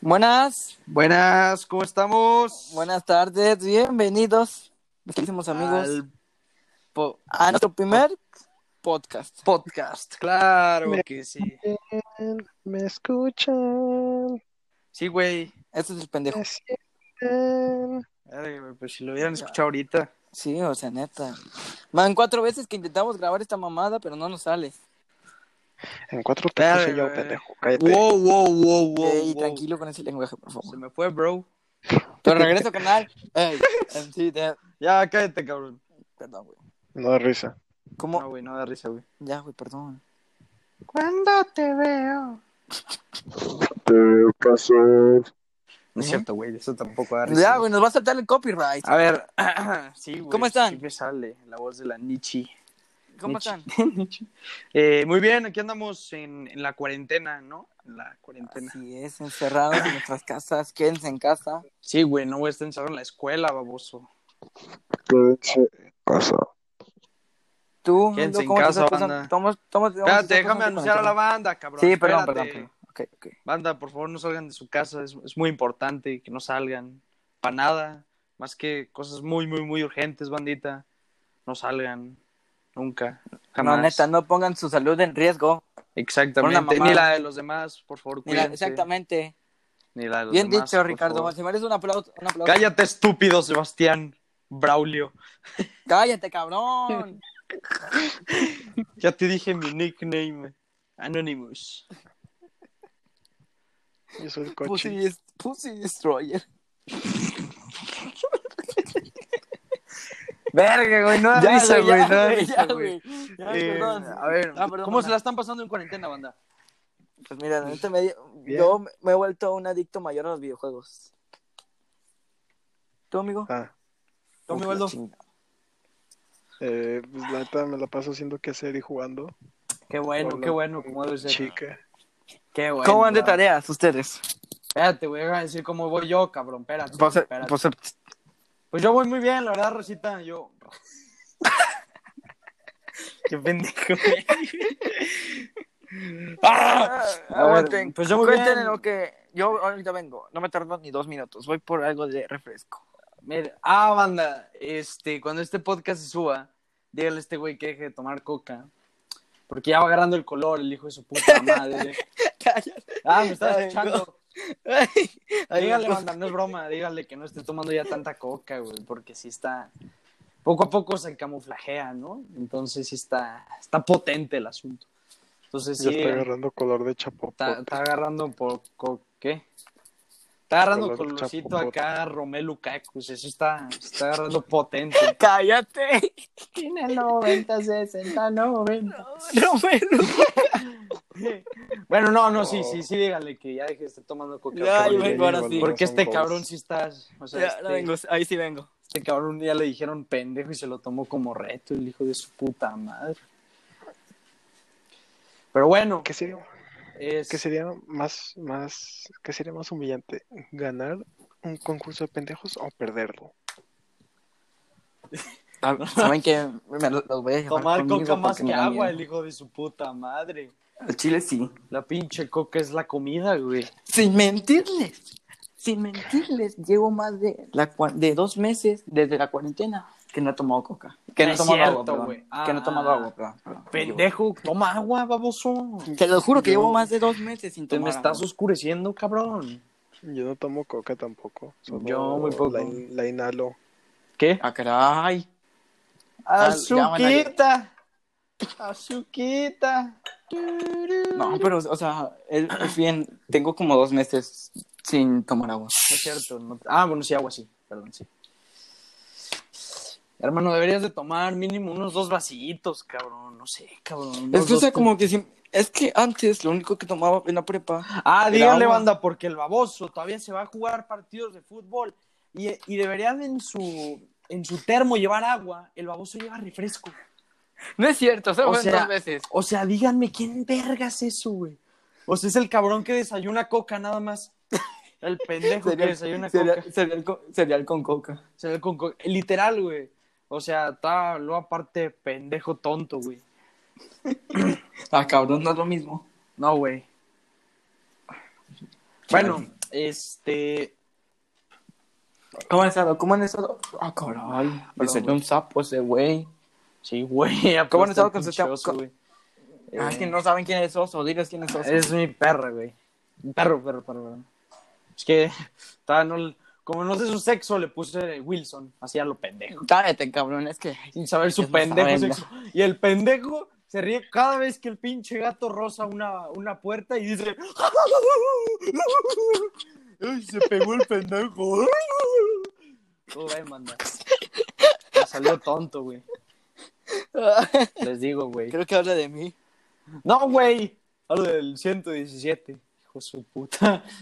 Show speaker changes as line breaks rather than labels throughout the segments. Buenas,
Buenas, ¿cómo estamos?
buenas tardes, bienvenidos, mis queridísimos amigos,
Al po-
a nuestro primer podcast.
podcast, claro que sí.
Me escuchan,
Sí, güey.
Este es el
Eh.
pendejo.
me sienten.
Verga, güey, Pues si lo hubieran escuchado ahorita.
Sí, o sea, neta. Man, cuatro veces que intentamos grabar esta mamada, pero no nos sale.
En cuatro te puse
Dale,
yo,
güey.
pendejo. Cállate.
Wow, wow, wow, wow.
Ey,
wow.
tranquilo con ese lenguaje, por
Se
favor.
me fue, bro.
Pero regreso, canal. Ey, MC de-
Ya, cállate, cabrón.
Perdón, güey.
No da risa.
¿Cómo?
No, güey, no da risa, güey.
Ya, güey, perdón.
¿Cuándo te veo?
Te pasó.
No es
¿Eh?
cierto, güey, eso tampoco da risa.
Ya, güey, nos va a saltar el copyright.
A ver, sí, güey.
¿Cómo están?
sí me sale la voz de la Nietzsche.
¿Cómo
Nietzsche.
están?
Nietzsche. Eh, muy bien, aquí andamos en, en la cuarentena, ¿no? En la cuarentena.
Así es, encerrados en nuestras casas, quédense en casa.
Sí, güey, no voy a estar encerrado en la escuela, baboso.
Pasó.
Tú, Aldo,
Quédense en
¿cómo te
casa,
estás pasando?
banda.
Toma- toma- toma- toma-
Espérate, déjame
toma-
anunciar a la banda, cabrón.
Sí, perdón,
Espérate.
perdón, perdón. Ok, ok.
Banda, por favor, no salgan de su casa, es, es muy importante que no salgan. Para nada, más que cosas muy, muy, muy urgentes, bandita. No salgan, nunca, jamás.
No, neta, no pongan su salud en riesgo. Por una
Exactamente,
mamada.
ni la de los demás, por favor,
Mira,
cuídense.
exactamente.
Ni la de los
Bien
demás,
dicho,
por
Ricardo.
favor.
Se merece un aplauso. un aplauso.
Cállate, estúpido, Sebastián Braulio.
Cállate, cabrón.
Ya te dije mi nickname, Anonymous.
Yo soy el
Pussy,
coche.
des- Pussy Destroyer.
Verga, güey, no
Ya,
risa,
güey, ya,
güey, no da
güey,
risa,
ya,
güey.
güey. Ya,
Eh,
perdón.
a ver,
Ah, perdón,
¿cómo
mamá.
se la están pasando en cuarentena, banda?
Pues mira, en este medio,
Bien.
yo me- me he vuelto un adicto mayor a los videojuegos. ¿Tú, amigo?
Ah,
¿Tú,
Uf,
mi
la
Waldo?
chinga.
eh, pues la neta me la paso haciendo qué hacer y jugando.
Qué bueno,
Hola.
qué bueno, cómo debe ser.
Chica.
Qué bueno.
¿Cómo van de
bro.
tareas ustedes?
Espérate, güey, voy a decir cómo voy yo, cabrón, espérate.
Pues, eh,
espérate.
pues, eh,
Pues yo voy muy bien, la verdad, Rosita, yo... qué pendejo, güey.
Ah,
A ver,
aguanten.
pues yo muy
Cuenten
bien.
lo que yo ahorita vengo. No me tardo ni dos minutos. Voy por algo de refresco.
Mira, ah, banda, este, cuando este podcast se suba, dígale a este güey que deje de tomar coca. Porque ya va agarrando el color, el hijo de su puta madre. Ah, me estás
Ay,
escuchando.
Ay,
dígale,
no. pues,
banda, no es broma, dígale que no esté tomando ya tanta coca, güey, porque sí está. Poco a poco se camuflajea, ¿no? Entonces sí está, está potente el asunto. Entonces sí,
Ya está
está,
agarrando color de chapopote.
está agarrando poco, ¿qué? Está agarrando
Color
colorcito
chapopote.
acá, Romelu Cacus, eso está, está agarrando potente.
Cállate.
Tiene 90, 60, 90.
No, bueno.
Bueno, no, no, sí,
Oh.
sí, sí, dígale que ya deje de estar tomando coca.
Ya,
porque-
yo vengo ahora sí.
Porque este
Son
cabrón
cosas.
sí está. O sea,
Ya,
este,
no vengo. Ahí sí vengo.
este cabrón ya le dijeron pendejo y se lo tomó como reto, el hijo de su puta madre. Pero bueno,
¿Qué sería,
es.
qué sería más, más, qué sería más humillante? ¿Ganar un concurso de pendejos o perderlo?
ah, Saben que me lo- los voy a llevar
Tomar
conmigo
coca más
porque me
que
da
agua, el
miedo.
hijo de su puta madre.
Al chile sí.
La pinche coca es la comida, güey.
Sin mentirles. Sin mentirles, llevo más de, la, cua- de dos meses desde la cuarentena que no he tomado coca. Que no he
es
tomado
cierto,
agua, perdón.
güey. Ah.
Que no he tomado agua, perdón. perdón.
Pendejo, toma agua, baboso.
Te lo juro que
Yo-
llevo más de dos meses sin
Te
tomar
me estás
agua.
oscureciendo, cabrón.
Yo no tomo coca tampoco. solo
Yo muy poco.
La, in- la inhalo.
¿Qué?
Ah, caray. Ah,
Azuquita. Azuquita.
No, pero, o sea, es es bien, tengo como dos meses sin tomar agua.
No es cierto. no- Ah, bueno, sí, agua sí. Perdón, sí. Hermano, deberías de tomar mínimo unos dos vasitos, cabrón. No sé, cabrón.
Es
unos
que, o
dos
sea,
cu-
como que si- es que antes lo único que tomaba en la prepa
Ah,
Era
díganle,
agua.
banda, porque el baboso todavía se va a jugar partidos de fútbol y, y deberían en su, en su termo llevar agua. El baboso lleva refresco.
No es cierto,
O
solo fueron
sea-
dos veces.
O sea, díganme, ¿quién vergas es eso, güey? O sea, es el cabrón que desayuna coca nada más. El pendejo que desayuna coca.
cereal co- cereal con coca.
Se ve con co- Literal, güey. O sea, está luego aparte pendejo tonto, güey.
Ah, cabrón, no es lo mismo.
No, güey. Bueno, Este.
¿Cómo han estado? ¿Cómo han estado? Ah, caray. Le salió un sapo ese güey.
Sí, güey.
¿Cómo han
apuesta
estado
el
con su
pinche
chavo?
oso, güey.
Ah, es
Eh,
que no saben quién es Oso. Diles quién es Oso.
Es mi perra, güey. Perro, perro, perro. perro. Es que, estaba no- como no sé su sexo, le puse Wilson, así a lo pendejo.
Cállate, cabrón. Es que...
Sin saber su
Es más
pendejo
sabenga.
sexo. Y el pendejo se ríe cada vez que el pinche gato roza una, una puerta y dice... ¡Ay, se pegó el pendejo! Todo bien, manda. Me salió tonto, güey. Les digo, güey.
Creo que habla de mí.
No, güey. Hablo del 117. Hijo de su puta.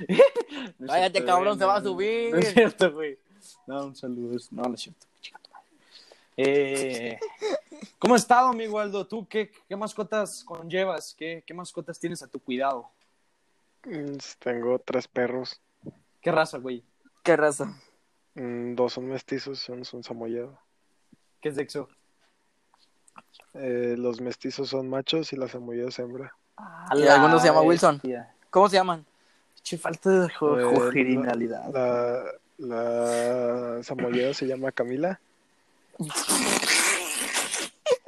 No es
Cállate,
cierto,
cabrón,
güey,
se
no,
va a
no,
subir.
No es cierto, güey. No, un saludo. No, no es cierto. Chica tu madre. Eh, ¿Cómo has estado, amigo Aldo? ¿Tú qué, qué mascotas conllevas? ¿Qué, ¿Qué mascotas tienes a tu cuidado?
Mm, Tengo tres perros.
¿Qué raza, güey?
¿Qué raza?
Mm, Dos son mestizos, uno es un samoyedo.
¿Qué sexo?
Eh, los mestizos son machos y la samoyeda es hembra.
Y alguno se llama Wilson.
bestia.
¿Cómo se llaman?
Che, falta de
Eh,
jo-
no.
originalidad.
La, la samoyeda se llama Camila.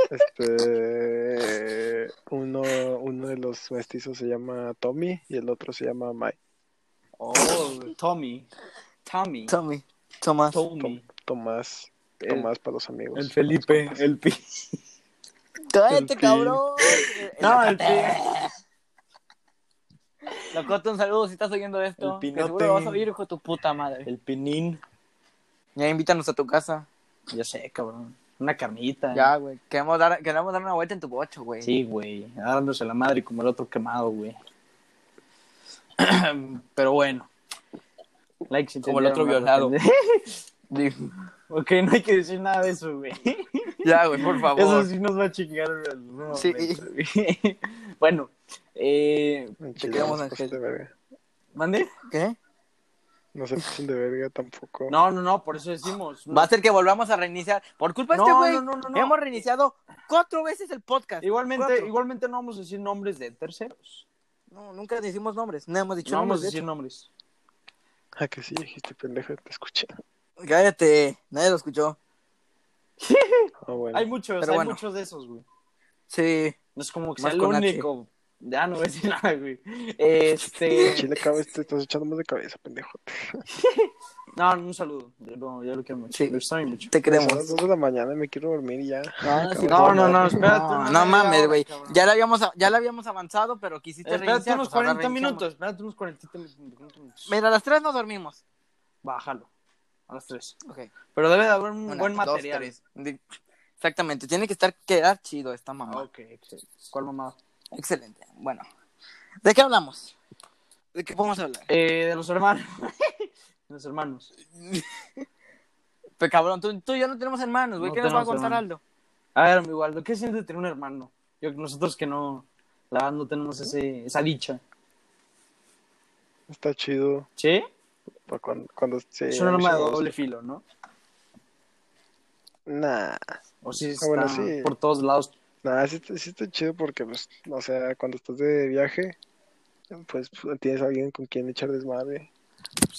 Este, uno, uno de los mestizos se llama Tommy y el otro se llama Mike.
Oh, Tommy. Tommy.
Tommy. Tomás.
Tommy.
Tomás.
El-
Tomás para los amigos.
El Felipe. El Pi.
Cállate,
El pi.
este cabrón. eh,
No, el
Cállate.
Pi.
Locote, un saludo si estás oyendo esto.
El
que
pinote.
seguro vas a oír, hijo de tu puta madre.
El pinín.
Ya invítanos a tu casa.
Ya sé, cabrón. Una carnita.
Ya, güey. Queremos dar, queremos dar una vuelta en tu bocho, güey.
Sí, güey. Dándose la madre como el otro quemado, güey. Pero bueno. Like si
Como el otro
entendieron, ¿no?
Digo,
ok, no hay que decir nada de eso, güey.
Ya, güey, por favor.
Eso sí nos va a chingar. en algún
Sí.
momento, güey. bueno. Eh,
Enchiladas,
queremos,
no se
Ángel.
pasen pues, de verga.
¿Mande?
¿Qué?
No se pasen de verga tampoco.
No, no, no. Por eso decimos.
Va a ser que volvamos a reiniciar. Por culpa de
No,
este güey.
no, no, no, no.
Hemos reiniciado cuatro veces el podcast.
Igualmente,
Cuatro.
igualmente no vamos a decir nombres de terceros.
No, nunca decimos nombres. No hemos dicho
No vamos a
nombres. de
decir nombres.
Ah, que sí, dijiste pendejo, te escuché.
hecho. Cállate. Nadie lo escuchó.
Ah, bueno.
Hay muchos,
Pero
hay
bueno.
muchos de esos, güey.
Sí.
No es como que
Más
sea el
con H.
único. Ya no voy a decir nada, güey. Este.
Chile, cada vez te estás echando más de cabeza, pendejo.
No, no, un saludo. Yo lo, yo lo quiero mucho.
Sí.
Lo extraño mucho.
Te
Son las
queremos.
2 de la mañana, me quiero dormir y ya.
No,
sí,
No, no, no, espérate.
No,
una
no
media
mames,
hora,
güey.
cabrón.
Ya, la habíamos- ya la habíamos avanzado, pero quisiste
Espérate
reiniciar.
unos
pues ahora
40
reiniciamos.
minutos. Espérate unos 40 minutos.
Mira, a las tres nos dormimos.
Bájalo. A las 3.
Ok.
Pero debe de haber un
Una,
buen
dos,
material.
tres. Di- Exactamente. Tiene que estar quedar chido esta
Ah,
mamá.
ok, ok. ¿Cuál mamada?
Excelente. Bueno. ¿De qué hablamos? ¿De qué podemos hablar?
Eh, de los hermanos. de los hermanos.
Pero cabrón, tú, tú y yo no tenemos hermanos, güey.
No
¿Qué nos va a
tenemos
contar Aldo?
hermanos. A ver, amigo Aldo, ¿qué siente tener un hermano? Yo, nosotros que no, la verdad, no tenemos ese, esa dicha.
Está chido.
¿Sí?
pa' cuando, cuando se.
es un
Eh,
arma de doble filo, ¿no?
Nah.
O si está
Ah, bueno, sí.
por todos lados.
Nah, sí, está- sí está chido porque, pues, o sea, cuando estás de viaje, pues tienes alguien con quien echar desmadre.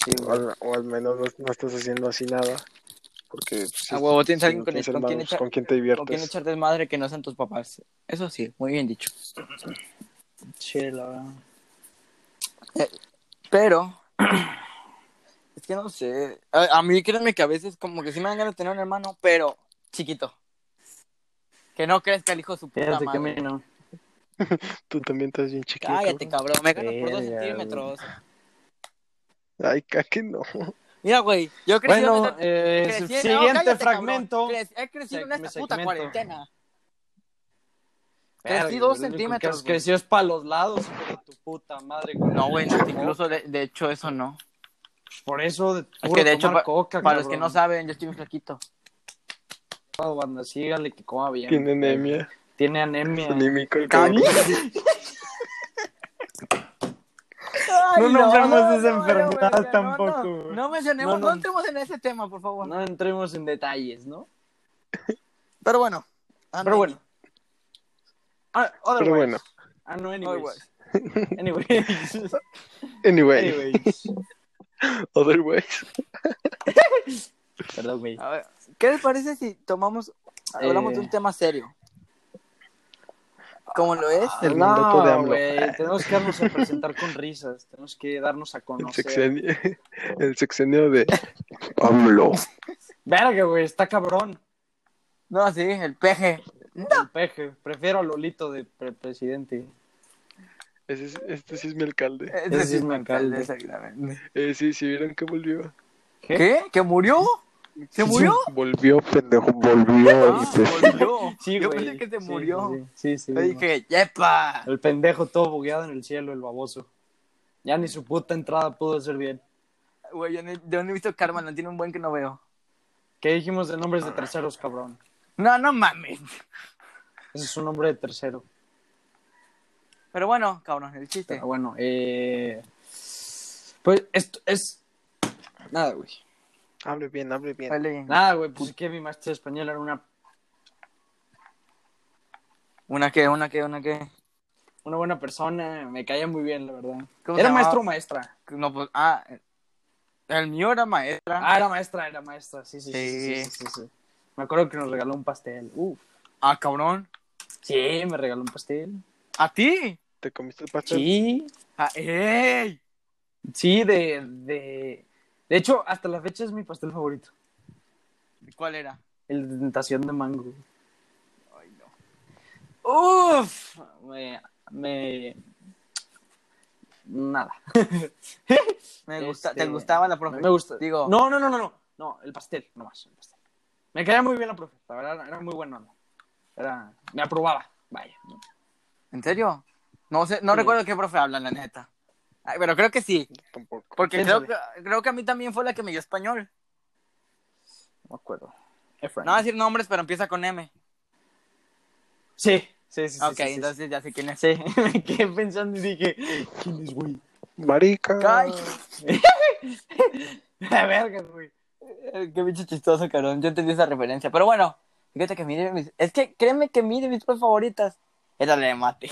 Sí,
O al, o al menos no, no estás haciendo así nada. Porque. pues,
A huevo, tienes
si
alguien
no
con,
tienes
el- con quien
hermanos,
echar-
con quien te
con quien
diviertes.
echar desmadre que no sean tus papás. Eso sí, muy bien dicho.
sí, la verdad.
Pero, es que no sé. A, a mí créanme que a veces como que sí me dan ganas de tener un hermano, pero chiquito. Que no crezca el hijo de su puta
Fíjate que a mí
madre.
no.
Tú también estás bien chiquito.
Cállate,
cabrón.
cabrón. Me ganas por dos
Verga,
centímetros.
Ay, ca- que no.
Mira, güey, yo crecí
Bueno, eh,
crecí- no,
siguiente
cállate,
fragmento.
cabrón. Cre- he crecido en esta
Segmento.
puta cuarentena.
Verga,
Crecí dos
güey, lo único que
centímetros,
has
güey.
crecido es para los lados, hijo de tu puta madre. güey.
No, güey, no, incluso de, de hecho eso no.
Por eso, de,
Es
puro
que de hecho,
tomar
pa-
coca,
para los que no
cabrón.
saben, yo estoy muy flaquito.
Oh, banda, síganle que coma bien.
Tiene anemia.
Tiene anemia. Ah,
Anímico el
Cabrón.
cabrón.
No nombremos esa enfermedad
güey, no,
tampoco,
No,
güey.
no mencionemos,
No,
no,
no.
entremos en ese tema, por favor.
No entremos en detalles, ¿no?
Pero bueno. Ah,
Pero
no.
bueno. Ah, otherwise.
Pero bueno.
Ah, no, anyways. Anyways.
Anyway.
Anyways.
Otherwise.
Perdón, güey.
A ver, ¿qué les parece si tomamos, hablamos
Eh.
de un tema serio? Como lo es,
El
no,
minuto de
Ah,
AMLO.
güey. Tenemos que darnos a presentar con risas. Tenemos que darnos a
El
conocer.
sexenio, el sexenio de AMLO.
Verga, güey. Está cabrón.
no, sí, el peje.
El peje. Prefiero a Lolito de pre- presidente.
Ese es- este sí es mi alcalde.
Ese
es
sí
mi
me
alcalde.
alcalde, exactamente.
Eh, sí, sí, vieron que volvió.
¿Qué?
¿Qué? ¿Que murió? ¿Se murió?
Volvió, pendejo, volvió.
Ah,
y pues-
volvió.
Sí,
Yo
güey.
pensé que se
Sí,
murió.
Sí, sí. sí,
Yo
no.
dije, ¡yepa!
El pendejo todo bugueado en el cielo, el baboso. Ya ni su puta entrada pudo hacer bien.
Güey, yo, no, yo no he visto Karma, no tiene un buen que no veo.
¿Qué dijimos de nombres de terceros, cabrón?
No, no mames.
Ese es un nombre de tercero.
Pero bueno, cabrón, el chiste.
Pero bueno, eh... Pues esto es... Nada, güey.
Hable bien, hable bien.
Dale.
Nada, güey, pues es que mi maestra de español era una,
Una que, una que, una que.
una buena persona. Me caía muy bien, la verdad.
¿Cómo se
¿Era
llamaba?
maestro o maestra?
No, pues, ah, el mío era maestra.
Ah, era maestra, era maestra. Sí, sí, sí. sí,
Sí.
sí, sí, sí. Me acuerdo que nos regaló un pastel. Uf.
Ah, cabrón.
Sí, me regaló un pastel.
¿A ti?
¿Te comiste el pastel?
Sí.
Ah, ¡Ey!
Sí, de, de... De hecho, hasta la fecha es mi pastel favorito.
¿Cuál era?
El de tentación de mango.
Ay, no.
Uf. Me... me... Nada.
Me gusta,
Este,
¿Te gustaba la profe?
Me gusta.
Digo,
No, no, no, no, no. No, el pastel, nomás. El pastel. Me caía muy bien la profe. La verdad, era muy buena onda. Era... Me aprobaba. Vaya.
¿en serio? No sé, no
Sí.
recuerdo qué profe hablan, la neta. Ay, pero creo que sí,
Tampoco.
porque
¿Quién
creo
sabe?
que, creo que a mí también fue la que me dio español.
No me acuerdo. Efraín.
No voy a decir nombres, pero empieza con M.
Sí. Sí, sí, sí.
ok,
sí, sí,
entonces ya sé quién es.
Sí, me quedé pensando y dije, ¿quién es, güey?
Pues, Marica.
Ay,
La verga, güey.
qué- qué bicho chistoso, cabrón. Yo entendí esa referencia. Pero bueno, fíjate que mire mis... Es que créeme que mire mis profes favoritas era la de mate.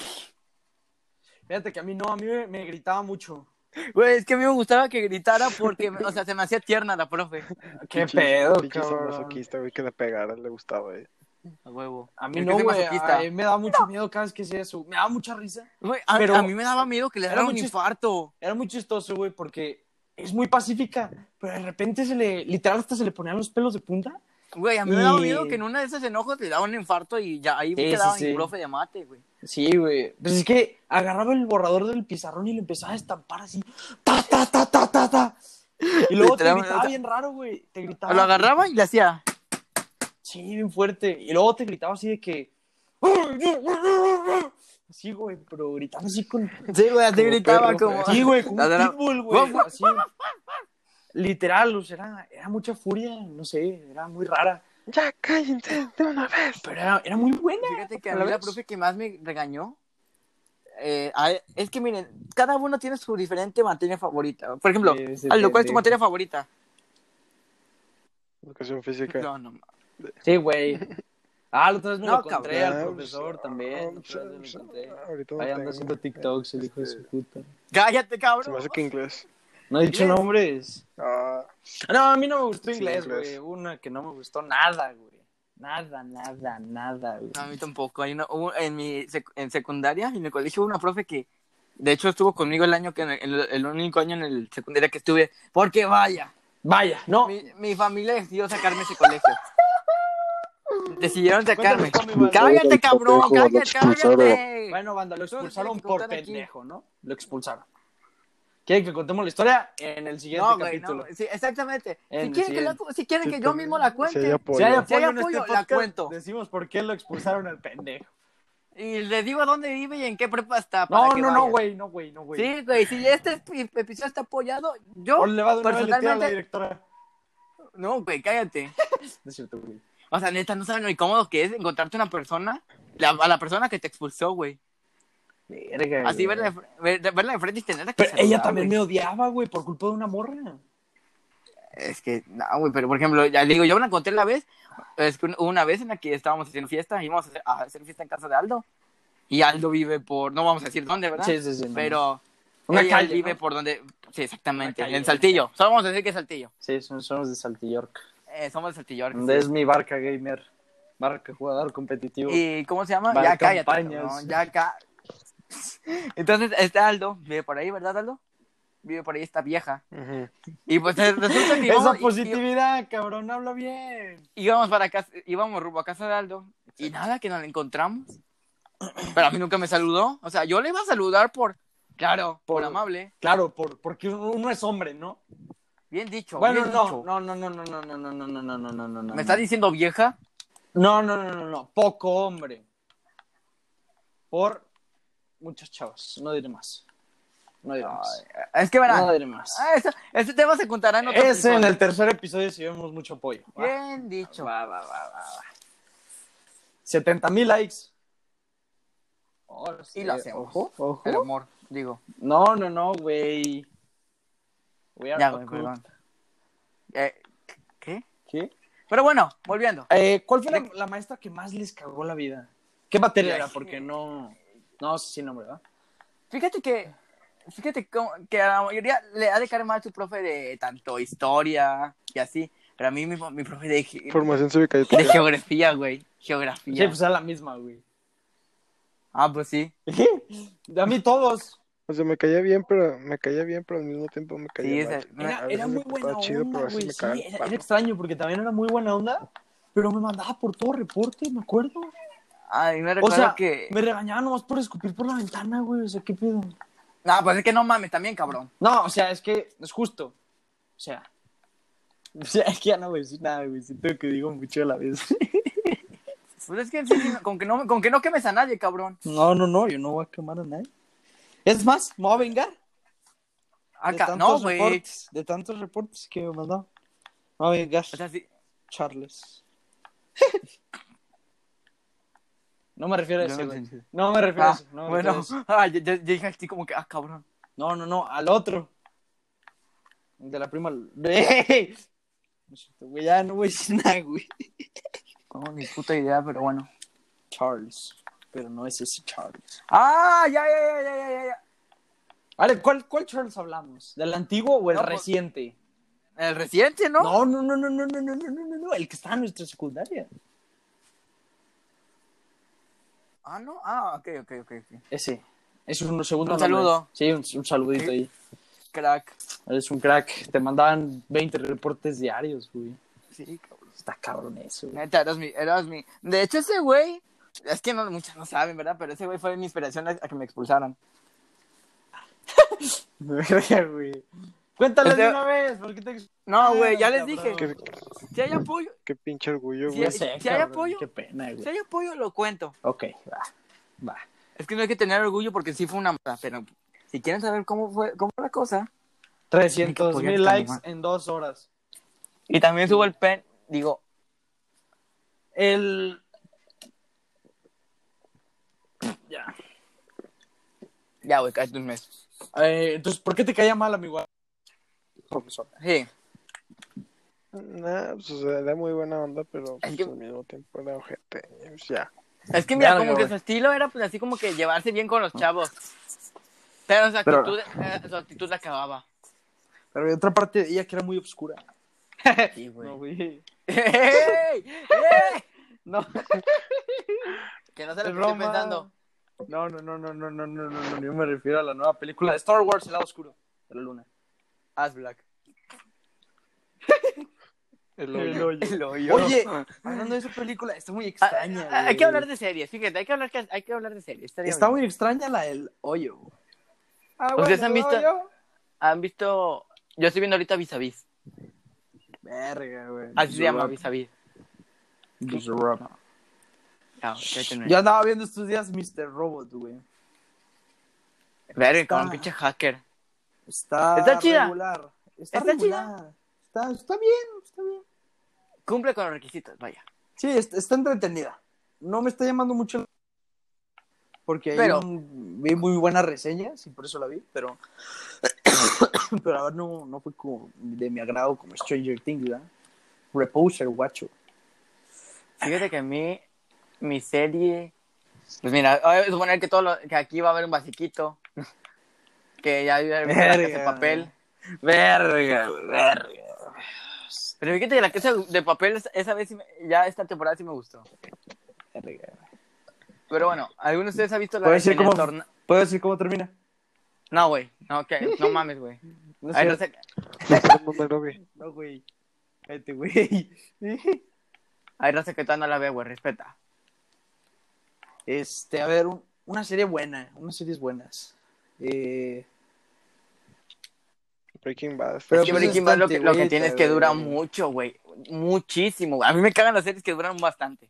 Fíjate que a mí no, a mí me, me gritaba mucho.
Güey, es que a mí me gustaba que gritara porque, o sea, se me hacía tierna la profe.
¿Qué
Pinche-
pedo,
pinche
cabrón?
masoquista, güey, que la pegara, le gustaba, eh.
A huevo.
A mí
Es que
no,
soy
güey.
masoquista.
ay, Me da mucho miedo cada vez que hacía eso. Me da mucha risa.
Güey, a,
Pero-
a mí me daba miedo que le
Era
dara un
muy chis-
infarto.
Era muy chistoso, güey, porque es muy pacífica, pero de repente se le, literal, hasta se le ponían los pelos de punta.
Güey, a mí
Y-
me daba miedo que en una de esas enojos le daba un infarto y ya ahí
Sí,
quedaba
sí,
mi
sí.
profe de mate, güey.
Sí, güey. Pues es que agarraba el borrador del pizarrón y lo empezaba a estampar así. ¡Ta, ta, ta, ta, ta, ta! Y luego te
Literal,
gritaba
o sea,
bien raro, güey. Te gritaba.
Lo agarraba y le hacía.
Sí, bien fuerte. Y luego te gritaba así de que. Así, güey, pero gritaba así con.
Sí, güey, así gritaba
perro,
como.
Sí, güey, como
La de la-
un pitbull, güey. Así. Literal, o sea, era, era mucha furia, no sé, era muy rara.
Ya, cállense de una vez.
Pero era, era muy buena.
Fíjate que a
¿La
mí la
ves?
profe que más me regañó. eh, a- es que miren, cada uno tiene su diferente materia favorita. Por ejemplo,
Sí, sí,
Aldo, ¿cuál es
sí.
tu materia favorita?
Educación física.
No, no.
Sí, güey. Ah, la otra vez me
No,
lo encontré
cabrón.
Ah,
al profesor
pues,
también. La otra vez me lo encontré.
Ahorita no
Ahí anda
tengo. Eh,
haciendo TikToks, el hijo de
este,
su puta.
Cállate,
Se
cabrón.
me hace que inglés.
No he dicho nombres.
Ah,
No, a mí no me gustó
Sí,
inglés, güey.
inglés.
Una que no me gustó nada, güey. Nada, nada, nada, güey.
No, a mí tampoco. Hay una- hubo- en mi sec- en secundaria, en el colegio, hubo una profe que, de hecho, estuvo conmigo el año que, el, el único año en el secundaria que estuve, porque vaya,
Vaya, no.
mi, mi familia decidió sacarme ese colegio. Decidieron sacarme.
Cuéntame cómo iba.
Cállate,
Oigan,
cabrón,
pendejo, lo
cállate,
expulsaron.
cállate.
Bueno, banda, lo expulsaron
Tengo que
por
contar aquí.
pendejo, ¿no? Lo expulsaron. ¿Quieren que contemos la historia? En el siguiente
No, güey,
capítulo.
no. Sí, exactamente.
En
Si
el
quieren, que la- si quieren que yo mismo la
Si hay
cuente.
apoyo.
Si hay
Si hay
apoyo en
apoyo,
este
la
podcast,
cuento.
decimos por qué lo expulsaron al pendejo.
Y les digo dónde vive y en qué prepa está. para
No,
que
no, no,
vayan.
güey, no, güey, no, güey.
Sí, güey, si este ep- episodio está apoyado, yo
O le va a dar una a la
personalmente...
directora.
No, güey, cállate.
No es cierto, güey.
O sea, neta, no saben lo incómodo que es encontrarte una persona, la- a la persona que te expulsó, güey.
Verga,
Así
güey.
verla de, fr- ver- verla de frente y tenerla que
Pero
saludar,
ella también
güey.
me odiaba, güey, por culpa de una morra.
Es que, no, güey, pero por ejemplo, ya le digo, yo me la encontré la vez, es que un- una vez en la que estábamos haciendo fiesta, íbamos a hacer, a hacer fiesta en casa de Aldo, y Aldo vive por, no vamos a decir dónde, ¿verdad?
Sí, sí, sí, no.
Pero
Una
Ella
calle,
vive
¿no?
por donde. Sí, exactamente.
Una calle.
En Saltillo. Solo vamos a decir que es Saltillo.
Sí, son, somos de Saltillorca.
Eh, somos de Saltillo. ahora que
Donde
sí.
es mi barca gamer. Barca jugador competitivo.
¿Y cómo se llama?
Vale,
ya cállate.
campañas.
cabrón, ya acá. Entonces, está Aldo. Vive por ahí, ¿verdad, Aldo? Vive por ahí esta vieja.
Ujú.
Y pues eh, resulta que
Esa
íbamos,
positividad, cabrón, habla bien.
í- íbamos para casa, íbamos rumbo a casa de Aldo. Y nada, que nos la encontramos. Pero a mí nunca me saludó. O sea, yo le iba a saludar por. Claro, por,
Por-
amable.
Claro, por, porque uno uno es hombre, ¿no?
Bien dicho.
Bueno,
bien
no,
dicho.
no, no, no, no, no, no, no, no, no, no, no, no, no, no.
¿Me estás diciendo vieja?
No, no, no, no, no, poco hombre. Por muchos chavos, no diré más. No diré más.
Es que verán.
No diré más.
Ah, eso- este tema se contará en otro
Ese en
episodio.
el tercer episodio si vemos mucho apoyo. Va,
Bien dicho.
va, va, va, va, va. 70 mil likes. Ahora sí,
Y lo hacemos.
Ojo, ojo.
El amor, digo.
No, no, no, güey. We are
Ya,
a
güey,
couple.
perdón. Eh, ¿Qué?
¿Qué?
Pero bueno, volviendo.
Eh, ¿Cuál fue la, la maestra que más les cagó la vida? ¿Qué materia era?
Ay.
Porque no. No, sí, sí, no, ¿verdad?
Fíjate que. Fíjate cómo- que a la mayoría le ha de caer mal su profe de tanto historia y así. Pero a mí mi, mi profe de, ge-
Formación cívica y
de geografía, güey.
Sí,
Geografía.
pues era la misma, güey.
Ah, pues sí.
A mí todos.
O sea, me caía bien, pero me caía bien, pero al mismo tiempo me caía
Sí,
mal.
ese-
Ah, A
Era,
veces
era
me
muy
portaba
buena
chido, pero a
onda,
veces
güey.
me
Sí,
cagaba el
era,
palo.
era extraño porque también era muy buena onda, pero me mandaba por todo reporte, me acuerdo.
A mí Ah, me
O
recuerda
sea,
que.
me regañaba nomás por escupir por la ventana, güey. O sea, ¿qué pedo?
No, pues es que no mames también, cabrón.
No, o sea, es que no es justo. O sea, o sea, es que ya no voy a decir nada, güey. Siento que digo mucho a la vez.
Pues es que sí, sí, con que no, con que no quemes a nadie, cabrón.
No, no, no, yo no voy a quemar a nadie. Es más, me voy a vengar. de
Acá, Ah, no,
tantos
güey.
reportes, De tantos reportes que me mandó. Me voy a vengar,
O sea, sí.
Charles. no me refiero a
Yo
ese,
no
güey.
entendí.
No me refiero a
Ah,
ese. No, me refiero
bueno,
a ese.
ah, yo, yo- yo dije así como que, ah, cabrón.
no, no, no, al otro. De la prima. ¡Ey! No es cierto, güey, ya no voy a decir nada, güey.
No, ni puta idea, pero bueno.
Charles. Pero no es ese Charles.
Ah, ya, ya, ya, ya, ya, ya, ya.
Vale, ¿cuál, ¿cuál Charles hablamos? ¿Del antiguo o el
No, pues-
reciente?
El reciente, ¿no?
No, no, no, no, no, no, no, no, no, no, no, el que está en nuestra secundaria.
Ah, no. Ah, ok, ok, ok. ok.
Ese. Es un segundo.
Un
nombre.
saludo.
Sí, un, un saludito
Sí.
ahí.
Crack.
Eres un crack. Te mandaban 20 reportes diarios, güey.
Sí, cabrón.
Está cabrón eso, güey.
Neta, eras mi, eras mi. De hecho, ese güey. Es que no, muchos no saben, ¿verdad? Pero ese güey fue mi inspiración a, a que me expulsaran.
Verga, güey. Cuéntales
Este-
de una vez, ¿por qué te
No, güey, ya
Ah,
les
cabrón.
dije.
Qué,
Si hay apoyo,
qué pinche orgullo,
Sí,
güey.
es- si hay apoyo-
Qué pena, güey.
si hay apoyo, lo cuento.
Ok, va. Va.
Es que no hay que tener orgullo porque sí fue una. mierda, Pero si quieren saber cómo fue, cómo fue la cosa.
300
podía
mil
estar
likes
mal.
en dos horas.
Y también subo el pen. Digo,
El. Ya.
ya, güey, cállate un mes.
Eh, entonces, ¿por qué te caía mal, amigo? Profesor.
Sí.
Nah, pues, o sea, era muy buena onda, pero
Es
pues,
que-
al mismo tiempo era ojete. y, pues, ya.
Es que mira,
Verga,
como que
güey. Ah.
su estilo era pues así como que llevarse bien con los chavos. Pero su
Pero-
actitud, eh, su actitud la acababa.
Pero hay otra parte de ella que era muy oscura.
Sí, güey.
No, güey.
¡Ey! ¡Ey!
No,
Que no se lo que
Es
estoy
broma.
inventando.
no, no, no, no, no, no, no, no, no, yo me refiero a la nueva película de Star Wars, El lado oscuro de la luna.
As Black.
El
El hoyo.
hoyo.
El hoyo.
Oye, hablando de esa película, está muy
Ah,
extraña.
ah, hay
güey.
que hablar de series, fíjate, hay que hablar, que- hay que hablar de series. estaría
Está
bien.
muy extraña la del hoyo.
¿Ustedes han visto- ¿Han visto? Yo estoy viendo ahorita Vis a Vis.
Verga, güey.
Así se llama
Yo-
Vis a Vis.
Mr. Robot.
Chao, cállate, güey.
Yo andaba viendo estos días Mr. Robot, güey.
Verga, con
Ah.
un pinche hacker.
Está,
Está chida.
regular. Está,
Está chida.
regular. Está, está bien, está bien.
Cumple con los requisitos, vaya.
Sí, est- está entretenida. No me está llamando mucho. la- Porque ahí
Pero-
un- vi muy buenas reseñas y por eso la vi, pero. pero a ver, no, no fue como de mi agrado como Stranger Things, ¿verdad? Reposer, guacho.
Fíjate que a mí, mi serie. Pues mira, voy a suponer que, todo lo- que aquí va a haber un basiquito. que ya había
Verga,
la casa de papel.
Verga, verga.
Pero fíjate que la casa de papel es- esa vez sí me- ya esta temporada sí me gustó. Pero bueno, ¿alguno de ustedes ha visto la
¿Puedo decir,
en el
cómo,
torna-
¿Puedo decir cómo termina?
No, güey. No, que no mames, güey.
No
Ay,
sé.
no sé-
No, no lo vi.
No, güey. Cállate, güey.
Ay, raza que todavía no la ve, güey, respeta.
Este, a ver, un- una serie buena, unas series buenas. Eh,
Breaking Bad.
Pero
es que
pues
Breaking Bad lo que, lo que
bastante,
tiene es
güey,
que dura
güey.
mucho, güey. Muchísimo. güey. A mí me cagan las series que duran bastante.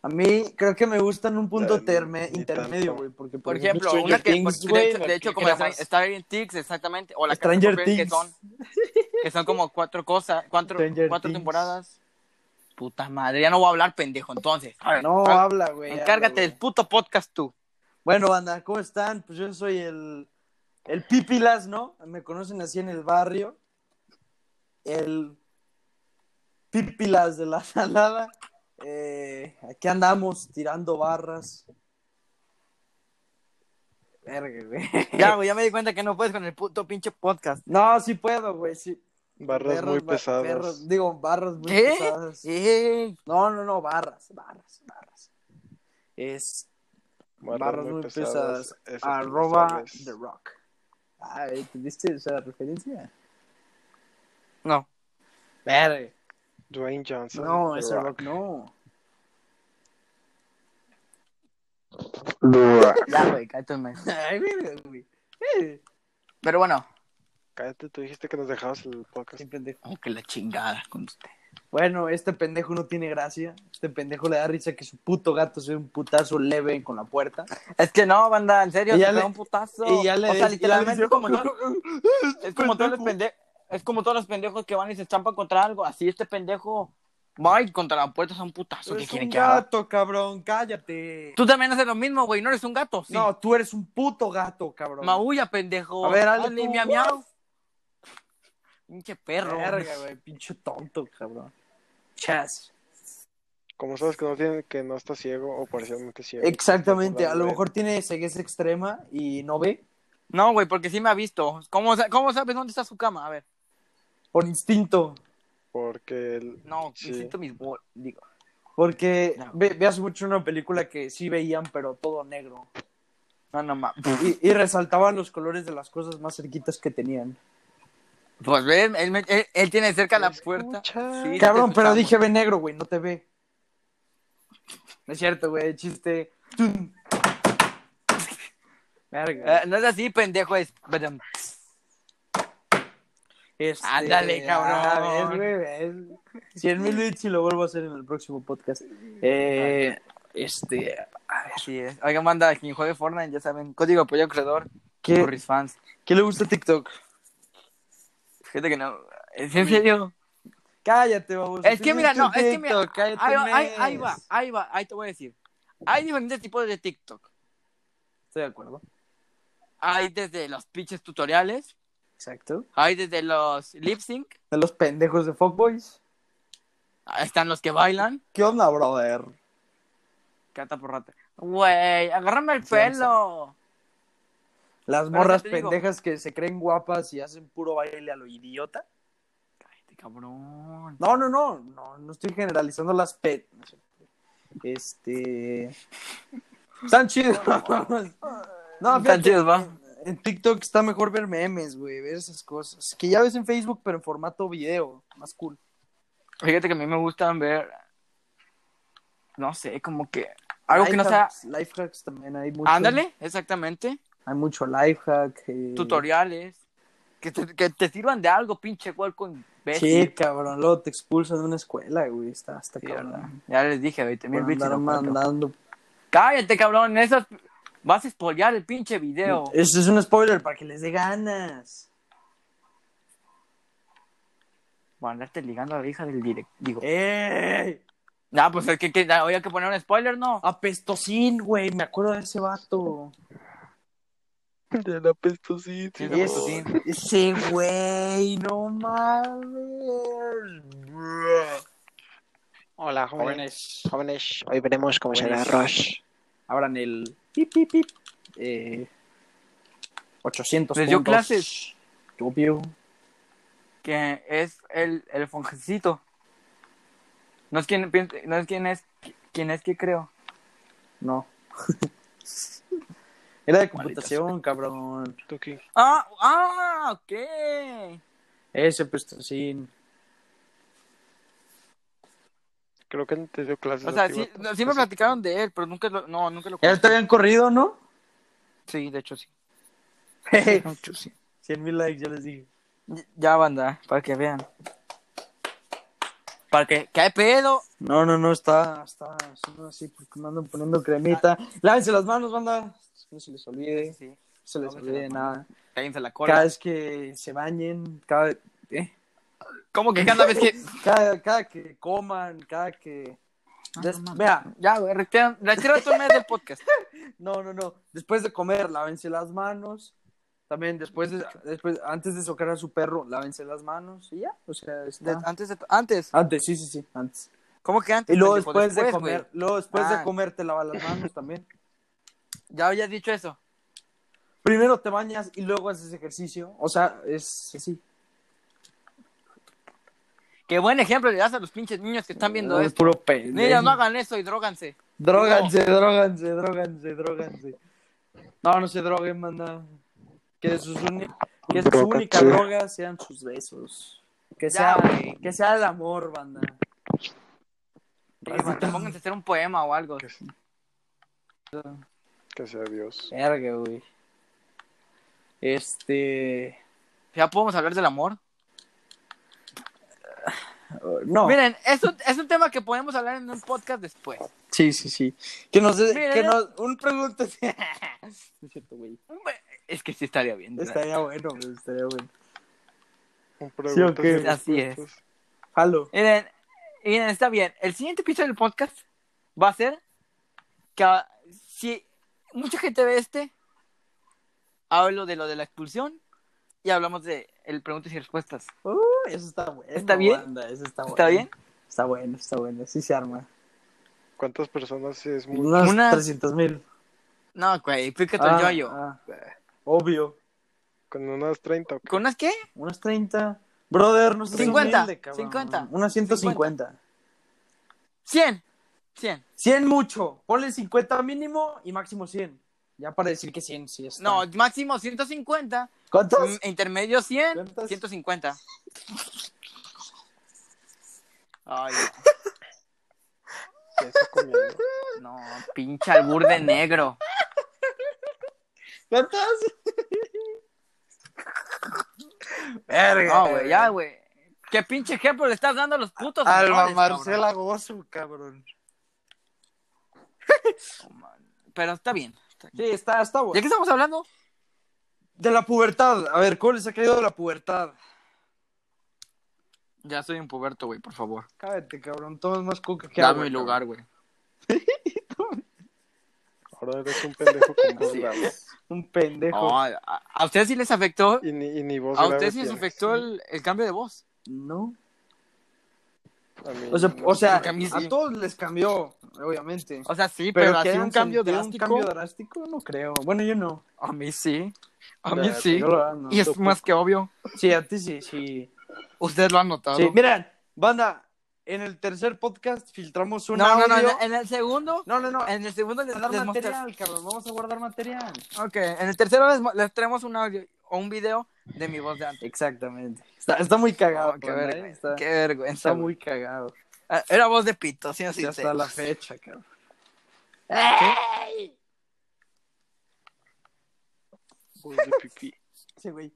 a mí creo que me gustan un punto
Ay,
terme,
ni
intermedio,
tanto.
güey, porque
Por ejemplo,
Stranger
una que por-
Things,
de
güey,
hecho,
la
de hecho,
que
como
era más-
está bien Tix, exactamente, o la Casa de
Stranger
Papel, que
Things.
son que son como cuatro cosas, cuatro,
Stranger
cuatro
Things.
temporadas. Puta madre, ya no voy a hablar, pendejo, entonces. A ver,
No,
a-
habla, güey. habla,
ah, encárgate
güey.
del puto podcast tú.
Bueno, banda, ¿cómo están? Pues yo soy el, el Pipilas, ¿no? Me conocen así en el barrio. El Pipilas de la Salada. Eh, aquí andamos tirando barras. Verga, güey.
Ya, güey, ya me di cuenta que no puedes con el puto pinche podcast.
No, sí puedo, güey, sí.
Barras
Perros,
muy
ba-
pesadas.
perros, digo, barras muy
¿Qué?
pesadas.
Sí.
No, no, no, barras, barras, barras. Es barras muy pesadas. Arroba
excepcionales.
The Rock. Ah, ¿entendiste esa referencia?
No.
Verga.
Dwayne Johnson.
No,
The
esa Rock no.
The Rock.
Ya, güey, cállate un mes.
Ay, verga, güey. Eh,
Pero bueno,
Cállate, tú dijiste que nos dejabas el podcast.
qué este pendejo.
oh, que la chingada con usted.
Bueno, este pendejo no tiene gracia. Este pendejo le da risa que su puto gato sea un putazo leve con la puerta.
Es que no, banda, en serio,
Y
te
ya le-
da un putazo.
y ya le
o sea,
des- y ya le
literalmente
dice,
es como, todo-
Pues
es como todos los pendejos, es como todos los pendejos que van y se estampan contra algo. Así este pendejo va y contra la puerta es un putazo. ¿Qué
Es
quieren
un
que haga?
gato, cabrón, cállate.
Tú también haces lo mismo, güey. No eres un gato. Sí.
No, tú eres un puto gato, cabrón.
Maulla, pendejo.
A ver, hazle
Hazle
tú.
miau, miau. Pinche perro.
Verga, güey, pinche tonto, cabrón. Chas.
Como sabes que no tiene, que no está ciego o parcialmente
Eh,
ciego.
Exactamente,
Por la
a lo
red.
mejor tiene ceguez extrema y no ve.
No, güey, porque sí me ha visto. ¿Cómo, sa- cómo sabes dónde está su cama? A ver.
Por instinto.
Porque el-
No,
Sí.
necesito mis bol. Digo.
Porque
No.
ve, veas mucho una película que sí veían, pero todo negro.
No, no mames.
Y, y resaltaban los colores de las cosas más cerquitas que tenían.
Pues ven, él, me- él- él tiene cerca la
¿Me
puerta.
escuchas?
Sí, te
Pues Cabrón, pero
escuchamos.
dije ve negro, güey, no te ve. No es cierto, güey, chiste. Tun. Verga.
Eh, no es así, pendejo, es. Badum.
Este,
ándale, cabrón.
ah, ves, güey, ves. 100 mil bits y lo vuelvo a hacer en el próximo podcast. Eh, este,
Así es. Oigan, manda, quien juegue Fortnite, ya saben. Código apoyo creador.
¿qué,
Furries fans.
¿qué le gusta a TikTok?
Fíjate que no. ¿Es en serio?
Cállate, vamos.
Es que mira, no, es que mira. Ahí va, ahí, ahí va, ahí va, ahí te voy a decir. Hay diferentes tipos de TikTok.
Estoy de acuerdo.
Hay desde los pinches tutoriales.
Exacto.
Hay desde los lip sync.
De los pendejos de Fogboys.
ahí Están los que bailan.
¿Qué onda, brother?
Cata por rata. Güey, agárrame el
Sí, sí.
pelo.
Las
Pero
morras
ya te digo.
pendejas que se creen guapas y hacen puro baile a lo idiota.
Cállate, cabrón.
No, no, no, no, no estoy generalizando las pet. Este. Están chidos. No,
Están
fíjate,
chidos, va.
En TikTok está mejor ver memes, güey, ver esas cosas. Que ya ves en Facebook, pero en formato video. Más cool.
Fíjate que a mí me gustan ver. No sé, como que. Algo que no
Life
sea.
hacks, Life hacks también hay mucho.
Ándale, exactamente.
Hay mucho life hack. eh.
Tutoriales. Que te, que te sirvan de algo, pinche huerco
Sí,
imbécil.
cabrón. Luego te expulsan de una escuela, güey. Está hasta
Sí, ¿verdad?
cabrón.
Ya les dije, 20 mil
Por
bits. y
andar
no cuento.
mandando.
Cállate, cabrón. Esas... Vas a spoilear el pinche video.
Eso es un spoiler para que les dé ganas.
Van a andarte ligando a la hija del directo. Digo.
¡Ey!
Ah, pues es que, que había que poner un spoiler, ¿no?
Apestosín, güey, me acuerdo de ese vato.
De la pestosita.
Sí, de Apestosín.
Ese güey, no mames.
Hola,
Jóvenes,
Jóvenes, hoy veremos cómo
será
Rush.
abran el pip, pip, pip. Eh, 800
Les dio
puntos.
clases.
Obvio.
que es el, el fonjecito. No es quien piense- no es quien es quien es que creo.
No. Era de computación, cabrón.
¿Tú qué?
Ah, ah, ok.
Ese prestocín.
Creo que te dio clases.
O
a
sea,
ti,
sí,
vato.
no, sí me platicaron de él, pero nunca lo, no, nunca lo
Ya te habían corrido, ¿no?
Sí, de hecho sí.
100
De hecho, sí.
mil likes, ya les dije.
Ya banda, para que vean. Para que, ¿qué pedo?
No, no, no, está, está haciendo así porque me andan poniendo cremita. Lávense las manos, banda. No se les olvide, no
Sí,
se les
Lávense
olvide
las
nada.
cállense la cola.
Cada vez que se bañen, cada, ¿eh?
¿Cómo que cada vez que
cada, cada que coman, cada que... Des-
mames.
Vea,
ya, güey, retiran, retiran tu mes del podcast.
no, no, no. Después de comer, lávense las manos. También después, de- después antes de socar a su perro, lávense las manos y ya. O sea,
De-
está...
antes de antes.
Antes, sí, sí, sí, antes.
¿Cómo que antes?
Y luego
pendejo?
después, de
Este Después,
comer,
güey.
luego después
Ah.
de comer te lavas las manos también.
Ya habías dicho eso.
Primero te bañas y luego haces ejercicio. O sea, es así.
Qué buen ejemplo le das a los pinches niños que están viendo
Es
esto.
puro pendejo.
Niños, no hagan eso y dróganse.
Dróganse, dróganse, dróganse, dróganse. No, no se droguen, manda. Que sus uni- que sus
Drógate.
única droga sean sus besos. Que
Ya,
sea,
güey.
que sea el amor, banda.
Sí, man, pónganse a hacer un poema o algo.
Que, que sea Dios.
Verga, güey. Este.
Ya podemos hablar del amor.
No.
Miren, es un, es un tema que podemos hablar en un podcast después.
Sí, sí, sí. Que nos. dé-
Mira.
Que nos un pregunta. es cierto, güey.
Es que sí estaría bien. ¿verdad?
Estaría bueno, güey, estaría bueno.
Un
¿o qué?
preguntas y
Así es.
respuestas.
Halo.
Miren, miren, está bien. El siguiente episodio del podcast va a ser que ah, si mucha gente ve este, hablo de lo de la expulsión y hablamos de el preguntas y respuestas.
Uh, eso está bueno.
¿Está bien?
banda, eso está,
¿Está
Ah, bueno.
bien?
Está bueno, está bueno. Sí se arma.
¿Cuántas personas es muy
Unas
Unas-
300 mil. Ah,
No, güey, explícate el yo-yo.
obvio.
con unas 30 o qué?
¿Con unas qué?
Unas 30. Brother, no seas
50,
humilde, cabrón.
50.
Unas 150.
100. 100.
100 mucho. Ponle 50 mínimo y máximo 100. Ya para decir que 100 sí está.
No, máximo 150.
¿Cuántos?
Mm, Intermedio 100,
¿Cuántas?
150. Ay,
que está comiendo.
no, pinche albur de negro.
¿Cuántos? Verga.
No, güey, ya, güey. ¿Qué pinche ejemplo le estás dando a los putos?
Alba
menores,
Marcela Gozo, cabrón.
cabrón? Pero está bien. está bien.
Sí, está, está bueno.
¿De qué estamos hablando?
De la pubertad. A ver, ¿cómo les ha caído de la pubertad?
Ya soy un puberto, güey, por favor.
Cállate, cabrón. Tomas más coca que
Dame
agua,
mi lugar, güey.
Ahora eres un pendejo con voz
Así
grave.
cabrón. Un pendejo.
No, a, a ustedes sí les afectó.
Y ni, y ni voz
A
grave
ustedes sí les
tienes.
afectó el, el cambio de voz.
No.
A mí
O sea,
no.
o sea
Porque a mí sí.
a todos les cambió, obviamente.
O sea, sí, pero,
Pero,
así
que
un cambio
de
drástico.
un cambio drástico no creo. Bueno, yo no.
A mí sí. A
Ya,
mí sí.
Yo la verdad no.
Y es más que obvio.
Sí, a ti sí, sí.
Ustedes lo han notado.
Sí, miren, banda, en el tercer podcast filtramos un
no, no,
audio.
no, en el segundo.
no, no, no.
En el segundo les,
Guardar
les
material, cabrón. Vamos a guardar material.
mostras- Ok, en el tercero les, mo- les traemos un audio o un video de mi voz de antes.
Exactamente. Está, está muy cagado.
Oh, qué,
banda,
vergüenza,
¿eh? está,
qué vergüenza.
está
güey.
muy cagado.
Ah, Era voz de pito, sí, así.
Sí, hasta la fecha, cabrón.
Voz de pipí.
Sí, güey.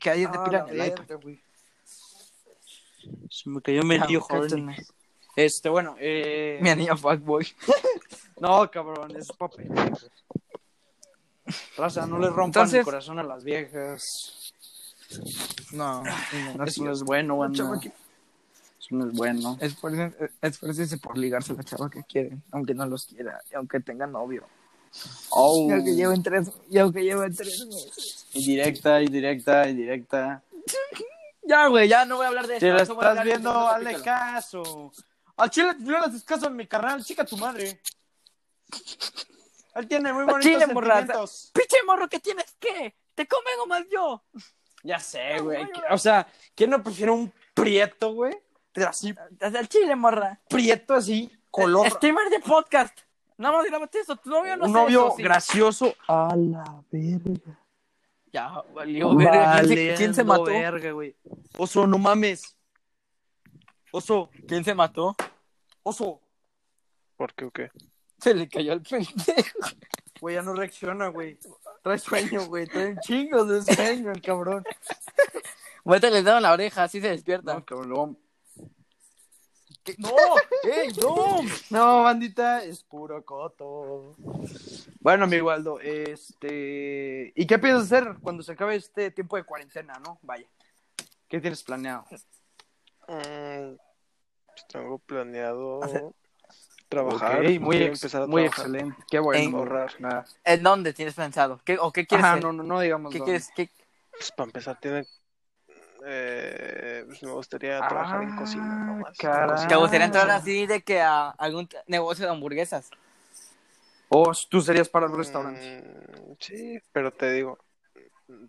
Que ayer te
Ah,
piran
la
el iPad.
verga, güey. Se me cayó mi anillo,
Ah,
joven. Este, bueno, eh...
Mi anillo fuckboy.
No, cabrón, eso es papel. Raza, no le rompan
Entonces-
el corazón a las viejas.
No, no es
Eso no es bueno, banda.
chavo, aquí-
Eso no es bueno.
Esfuércense esfuércense por ligarse a la chava que quieren, aunque no los quiera, y aunque tengan novio.
Oh,
Y aunque lleven tres, y aunque lleven tres meses.
indirecta, indirecta, indirecta.
Ya, güey, ya no voy a hablar de
Si
eso.
la
eso voy a
estás
hablar en
viendo,
otro
hazle
capítulo.
caso. Al chile, no le haces caso a mi carnal, chica tu madre. Él tiene muy
Al
bonitos
chile, morra.
sentimientos.
¡Pinche morro, ¿qué tienes que! ¡Te comen más yo!
Ya sé, güey. O sea, ¿quién no prefiere un prieto, güey? Así,
Desde el chile, morra.
prieto, así, color.
Streamer de podcast. Nada más grábate eso. Tu novio Este no
un
sé
novio
eso, sí.
gracioso. A la verga.
Ya, valió. verga. ¿Quién, se, quién se
Valiendo
mató?
verga, güey. Oso, no mames. Oso,
¿Quién se mató?
oso.
¿Por qué o qué?
Se le cayó el pendejo.
Güey, ya no reacciona, güey. Trae sueño, güey. Trae un chingo de sueño, el cabrón.
Vuelta le daban la oreja, así se despierta.
No, cabrón.
¿Qué? ¡No! ¡Ey, no!
No, bandita, es puro coto. Bueno, mi Waldo, este. ¿Y qué piensas hacer cuando se acabe este tiempo de cuarentena, no? Vaya. ¿Qué tienes planeado?
Mm, pues tengo planeado trabajar.
Ok, muy,
Quiero
ex-
empezar a
muy
trabajar.
excelente. Qué bueno.
En-
ahorrar. Nada.
¿En dónde tienes pensado? ¿Qué, ¿O qué quieres
Ajá,
ser?
no, no, no digamos.
¿Qué
dónde.
quieres? ¿Qué?
Pues para empezar, tiene. Eh, pues me gustaría
Ah,
trabajar en cocina nomás.
caray.
Cocina.
¿Te gustaría entrar así de que a algún t- negocio de hamburguesas?
O tú serías para un restaurante.
Mm, sí, pero te digo.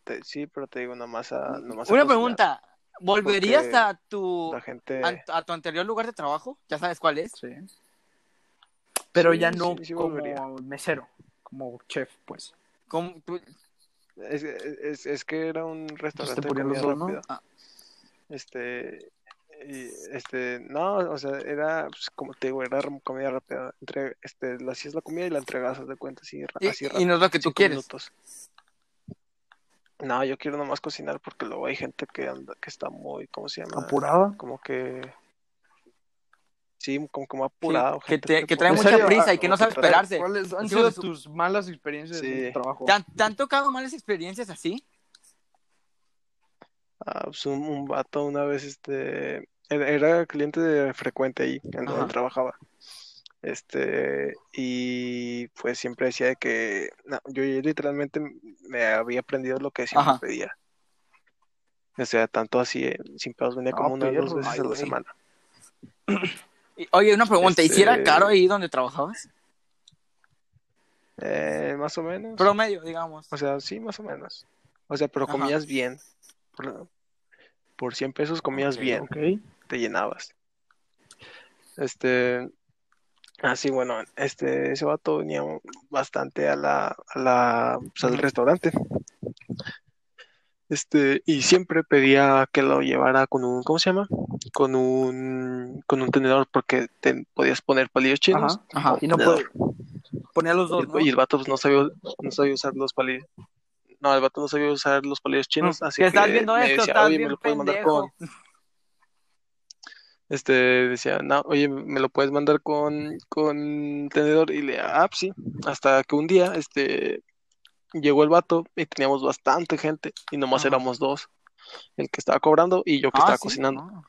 te- sí, pero te digo, nomás a. Nomás a
Mm, Una
cocinar.
pregunta. ¿Volverías
pues, Porque
a tu,
La gente.
a, a tu anterior lugar de trabajo? ¿Ya sabes cuál es?
Sí. Pero
Sí,
ya no
sí, sí
como
volvería.
mesero, como chef, pues.
¿Cómo tú-
Es, es, es que era un
Pues
restaurante de
ponían los
comida
dos, ¿no?
rápida.
Ah.
Este, y, este, no, o sea, era, pues, como te digo, era comida rápida. Entre, este, la hacías la comida y la entregabas, haz de cuenta, así, ra-
y,
así
y no es lo que tú
cinco
quieres.
minutos. No, yo quiero nomás cocinar porque luego hay gente que anda, que está muy, ¿cómo se llama?
Apurada.
Como que, sí, como que muy apurado.
que te- que trae
traen mucha
prisa y que no sabe esperar. Esperarse.
¿Cuáles han
Sí,
sido
su-
tus malas experiencias
Sí.
en el trabajo?
¿Te han, te han tocado malas experiencias así?
Ah, pues, un, un vato una vez, este, era, era cliente de- frecuente ahí, en donde
Ajá.
trabajaba. Este, y pues siempre decía de que, no, yo ya literalmente me había aprendido lo que siempre
Ajá.
pedía. O sea, tanto así, eh, sin pedos, venía
Ah,
como una o dos
perro.
veces
Ay,
a la
güey.
semana.
Y- Oye, una pregunta. ¿Y si era
Este-
caro ahí donde trabajabas?
Eh, más o menos.
Promedio, digamos.
O sea, sí, más o menos. O sea, pero
Ajá.
comías bien. Por, por 100 pesos comías
Ok,
bien. te llenabas. Este, así bueno, este, ese vato venía bastante a la, a la, pues, al restaurante. Este, y siempre pedía que lo llevara con un, ¿cómo se llama? Con un, con un tenedor, porque te podías poner palillos chinos.
Ajá.
Ajá.
Y no puedo.
tenedor.
Ponía los dos, ¿no?
Y el vato pues, no sabía, no sabía usar los palillos. No, el vato no sabía usar los palillos chinos, así
Que estás
que
viendo
me
esto,
decía,
estás
oye, me
bien
lo puedes mandar
pendejo.
con, este, decía, no, oye, me lo puedes mandar con, con tenedor y le, ah, pues sí, hasta que un día, este, llegó el vato y teníamos bastante gente y nomás
Ajá.
éramos dos, el que estaba cobrando y yo que estaba
Ah, sí,
cocinando.
no.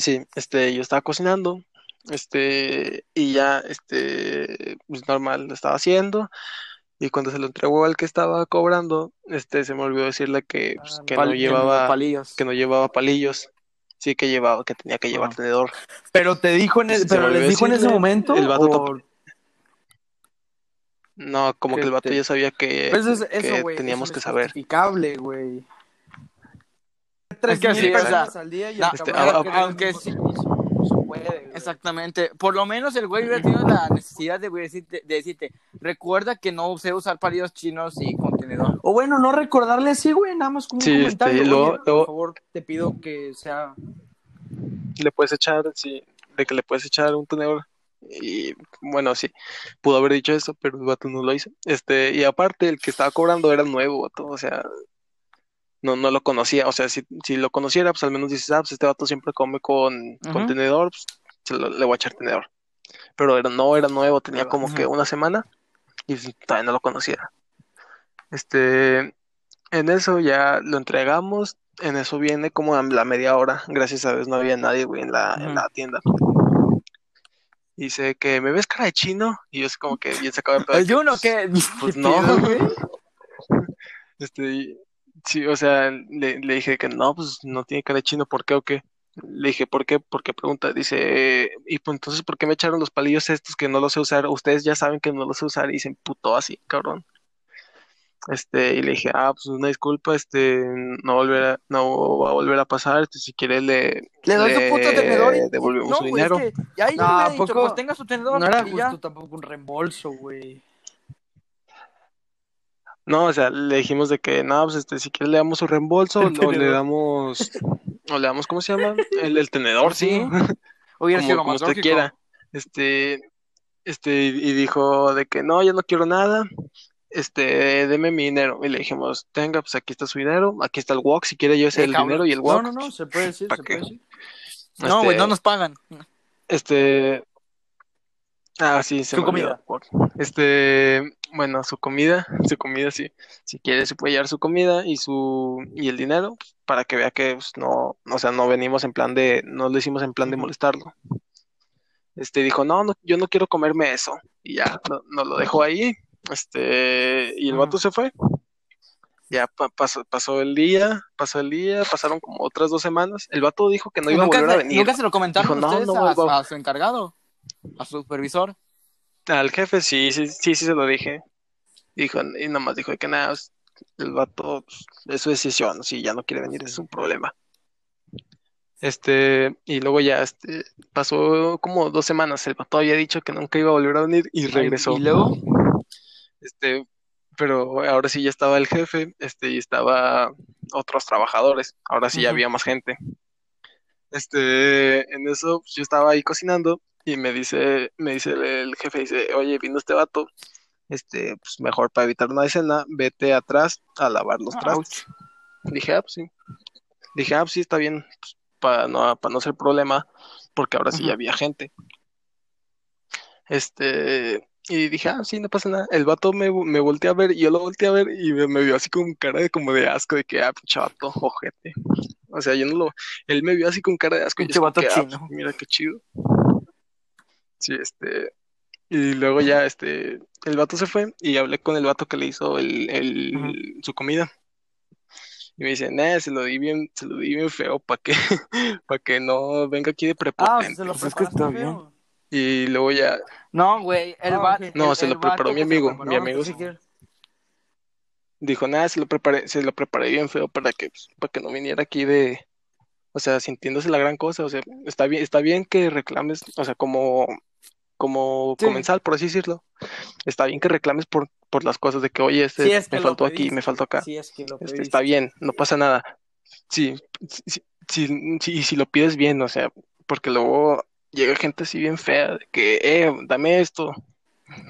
Sí, este, yo estaba cocinando, este, y ya, este, pues normal lo estaba haciendo. Y cuando se lo entregó al que estaba cobrando, este, se me olvidó decirle que, pues,
Ah,
que
Pal-
no
que
llevaba,
palillos.
que no llevaba palillos, sí que llevaba, que tenía que llevar
Ajá.
tenedor.
Pero te dijo en el,
Se
pero
volvió
les
a
dijo en ese
decirle,
momento.
el vato
o-
No, como que
Que
el vato
te-
ya sabía que,
Pues es-
que
eso, güey.
teníamos
eso
que
es
saber.
justificable, güey. Tres
que
mil
sí, o sea,
pesos al día y el
no,
este,
cabrón
a-
que
a-
le da
aunque
el mismo
sí.
servicio, no se puede, güey.
Exactamente. Por lo menos el güey hubiera tenido la necesidad de güey, decirte, de decirte, recuerda que no sé usar palillos chinos y contenedor.
O bueno, no recordarle así, güey, nada más como
Sí,
un
este,
comentario.
y
Oye,
luego-
Por
luego-
favor, te pido que sea.
Le puedes echar, sí, de que le puedes echar un tenedor. Y bueno, sí, pudo haber dicho eso, pero el vato no lo hizo. Este, y aparte, el que estaba cobrando era nuevo, vato, o sea, no, no lo conocía. O sea, si, si lo conociera, pues al menos dices, ah, pues este vato siempre come con, con
Ujú.
tenedor, pues se lo- le voy a echar tenedor. Pero era, no era nuevo, tenía
Ahí va.
como que una semana y pues, todavía no lo conocía. Este, en eso ya lo entregamos, en eso viene como a la media hora, gracias a Dios no había nadie, güey, en la, en la tienda. Dice que, ¿me ves cara de chino? Y yo así como que bien sacado de pedo.
Hay uno que.
Pues
¿Qué
no.
pedo, güey?
Este, y- sí, o sea, le, le dije que no, pues no tiene cara de chino, ¿por qué o qué? Le dije, ¿por qué? ¿Por qué pregunta? Dice, "Eh, y pues entonces, ¿por qué me echaron los palillos estos que no los sé usar? Ustedes ya saben que no los sé usar y se emputó así, cabrón. Este, y le dije, ah, pues una disculpa, este, no volverá, no va a volver a pasar, este, si quieres le,
Le doy su puto
le
tenedor y...
devolvemos
No,
su
güey, es
dinero.
que ya ahí
No,
no, hubiera
¿a
dicho,
poco?
pues tenga su tenedor
No era
y ya.
justo tampoco un reembolso, güey.
No, o sea, le dijimos de que, no, pues este, si quieres le damos su reembolso,
El
o o le
tenedor.
damos, o le damos, ¿cómo se llama? El, el tenedor, sí,
Sí, Hubiera
como,
sido lo
como
más
usted
lógico.
quiera. Este, este, y y dijo de que no, yo no quiero nada, este, deme mi dinero. Y le dijimos, tenga, pues aquí está su dinero, aquí está el wok, si quiere llévese
Eh,
el
cabrón.
dinero y el
No,
wok.
no, no, se puede decir,
¿Pa'
se
qué?
puede decir.
No, güey,
Este,
no nos pagan.
Este, ah, sí, se
Su
me olvidó,
comida.
wok. Este, bueno, su comida, su comida, sí. Si quiere, se puede llevar su comida y su, y el dinero, para que vea que, pues, no, o sea, no venimos en plan de, no lo hicimos en plan de
Ujú.
molestarlo. Este dijo, no, no, yo no quiero comerme eso. Y ya, no- nos lo dejó ahí. Este, y el
Ujú.
vato se fue. Ya pa- pasó, pasó el día, pasó el día, pasaron como otras dos semanas. El vato dijo que no
¿Y
iba a
nunca,
volver
se,
a venir
nunca se lo comentaron
Dijo, no,
ustedes
no
a,
vuelvo.
a su encargado, a su supervisor.
al jefe. Sí, sí, sí, sí se lo dije. Dijo, y nomás dijo que nada, pues, el vato pues, es su decisión. Si ya no quiere venir, es un problema. Este, y luego ya, este, pasó como dos semanas. El vato había dicho que nunca iba a volver a venir y
Ay,
regresó.
y luego,
Este, pero ahora sí ya estaba el jefe, este, y estaba otros trabajadores. Ahora sí ya
Ujú.
había más gente. Este, en eso pues, yo estaba ahí cocinando y me dice, me dice el jefe, dice, oye, vino este vato, este, pues mejor para evitar una escena, vete atrás a lavar los
ouch.
trastes. Dije, ah, pues sí. Dije, ah, pues sí, está bien, pues, para no, para no ser problema, porque ahora sí
Ujú.
ya había gente. Este, y dije, ah, sí, no pasa nada. El vato me, me volteó a ver, y yo lo volteé a ver y me, me vio así con cara de como de asco, de que, ah, pinche vato, ojete. O sea, yo no lo, él me vio así con cara de asco y yo
Pinche
así como
vato
que, ah, pues,
chino.
mira qué chido. Sí, este, y luego ya, este, el vato se fue y hablé con el vato que le hizo el, el, su comida. Y me dice, nah, se lo di bien, se lo di bien feo para que, para que no venga aquí de
Ah, o sea, se
prepotente.
lo
Pues es que
preparaste
está bien.
feo.
Y luego ya,
No, güey, el,
Ah,
va-
ok.
el,
no, se
el
lo preparó
vato
mi
que se lo
amigo, mi
preparó.
No,
amigo
pensé
se
que era-
Dijo, nada, se lo preparé, se lo preparé bien feo para que, pues, para que no viniera aquí de, o sea, sintiéndose la gran cosa, o sea, está bien, está bien que reclames, o sea, como, como
Sí,
comensal, por así decirlo, está bien que reclames por, por las cosas de que, oye,
Si
este,
es
me
que lo
faltó aquí, me
pediste.
faltó acá,
Si es que lo
este, está
pediste.
bien, no pasa nada, sí, sí, sí, sí, y si lo pides bien, o sea, porque luego llega gente así bien fea, de que, eh, dame esto,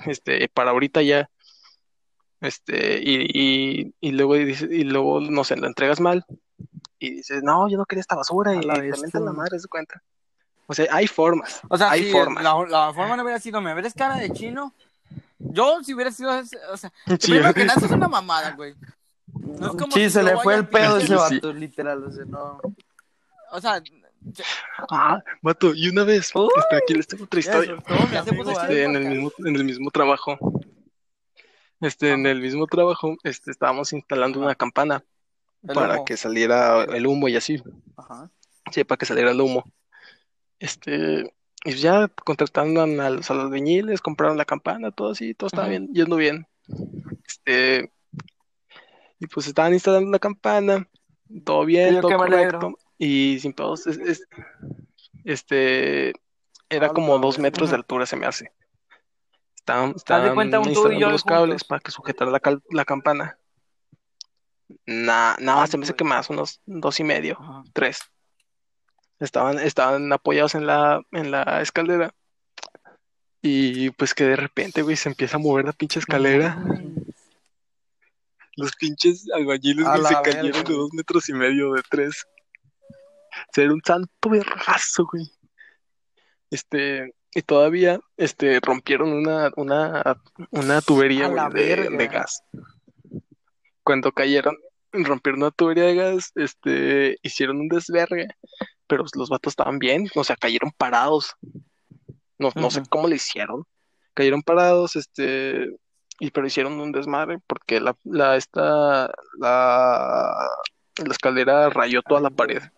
este, para ahorita ya, este, y, y, y luego dice, y luego, no sé, lo entregas mal y dices, no, yo no quería esta basura
A
y,
la
y te mentan la
bestia.
madre, se cuenta. O sea, hay formas,
o sea,
hay
si
formas.
la, la forma no hubiera sido, me ves cara de chino. Yo, si hubiera sido, ese- o sea, que
Sí,
primero que nada, eso es una mamada, güey. No es como
Sí,
si
se
yo
le fue
vaya a
el pedo a
pinches,
ese
Sí.
vato, literal. O sea, no.
o sea,
ah, vato, y una vez,
Uy,
este, aquí les tengo otra
ya
historia,
soltó mi
ya se puso
amigo ¿eh?
chido el
este,
algo.
en el
podcast.
mismo, en el mismo trabajo, este, en
Ajá.
el mismo trabajo, este, estábamos instalando una
Ajá.
campana
El
para
humo.
que saliera el humo y así,
Ajá.
sí, para que saliera el humo. Este, y ya contrataron a los, a los albañiles, compraron la campana, todo así, todo estaba
Ujú.
bien, yendo bien. Este, Y pues estaban instalando la campana, todo
Y
bien,
yo
todo
que me alegro.
correcto, y sin pedos, es- es- este, era
A
como
la
dos metros
Ujú.
bestia.
de altura se me hace. Estaban,
Haz de cuenta
estaban
un tú y
instalando
yo
los cables
juntos.
para que sujetara la, cal- la campana. Nah, nada,
Ay,
se me hace
güey.
que más, unos dos y medio,
Ajá.
tres. Estaban, estaban apoyados en la, en la escalera, y pues que de repente, güey, se empieza a mover la pinche
No
escalera.
mames.
Los pinches albañiles,
A
güey, se
la
cayeron
verga,
de
güey.
dos metros y medio, de tres. Ser un santo vergazo, güey. Este, y todavía, este, rompieron una, una, una tubería,
A
güey,
la
de, de
verga.
gas. Cuando cayeron, rompieron una tubería de gas, este, hicieron un desvergue, pero pues, los vatos estaban bien, o sea, cayeron parados. No, no sé
Ujú.
cómo le hicieron. Cayeron parados, este, y pero hicieron un desmadre porque la, la, esta, la, la escalera rayó toda
Ay,
la pared.
güey.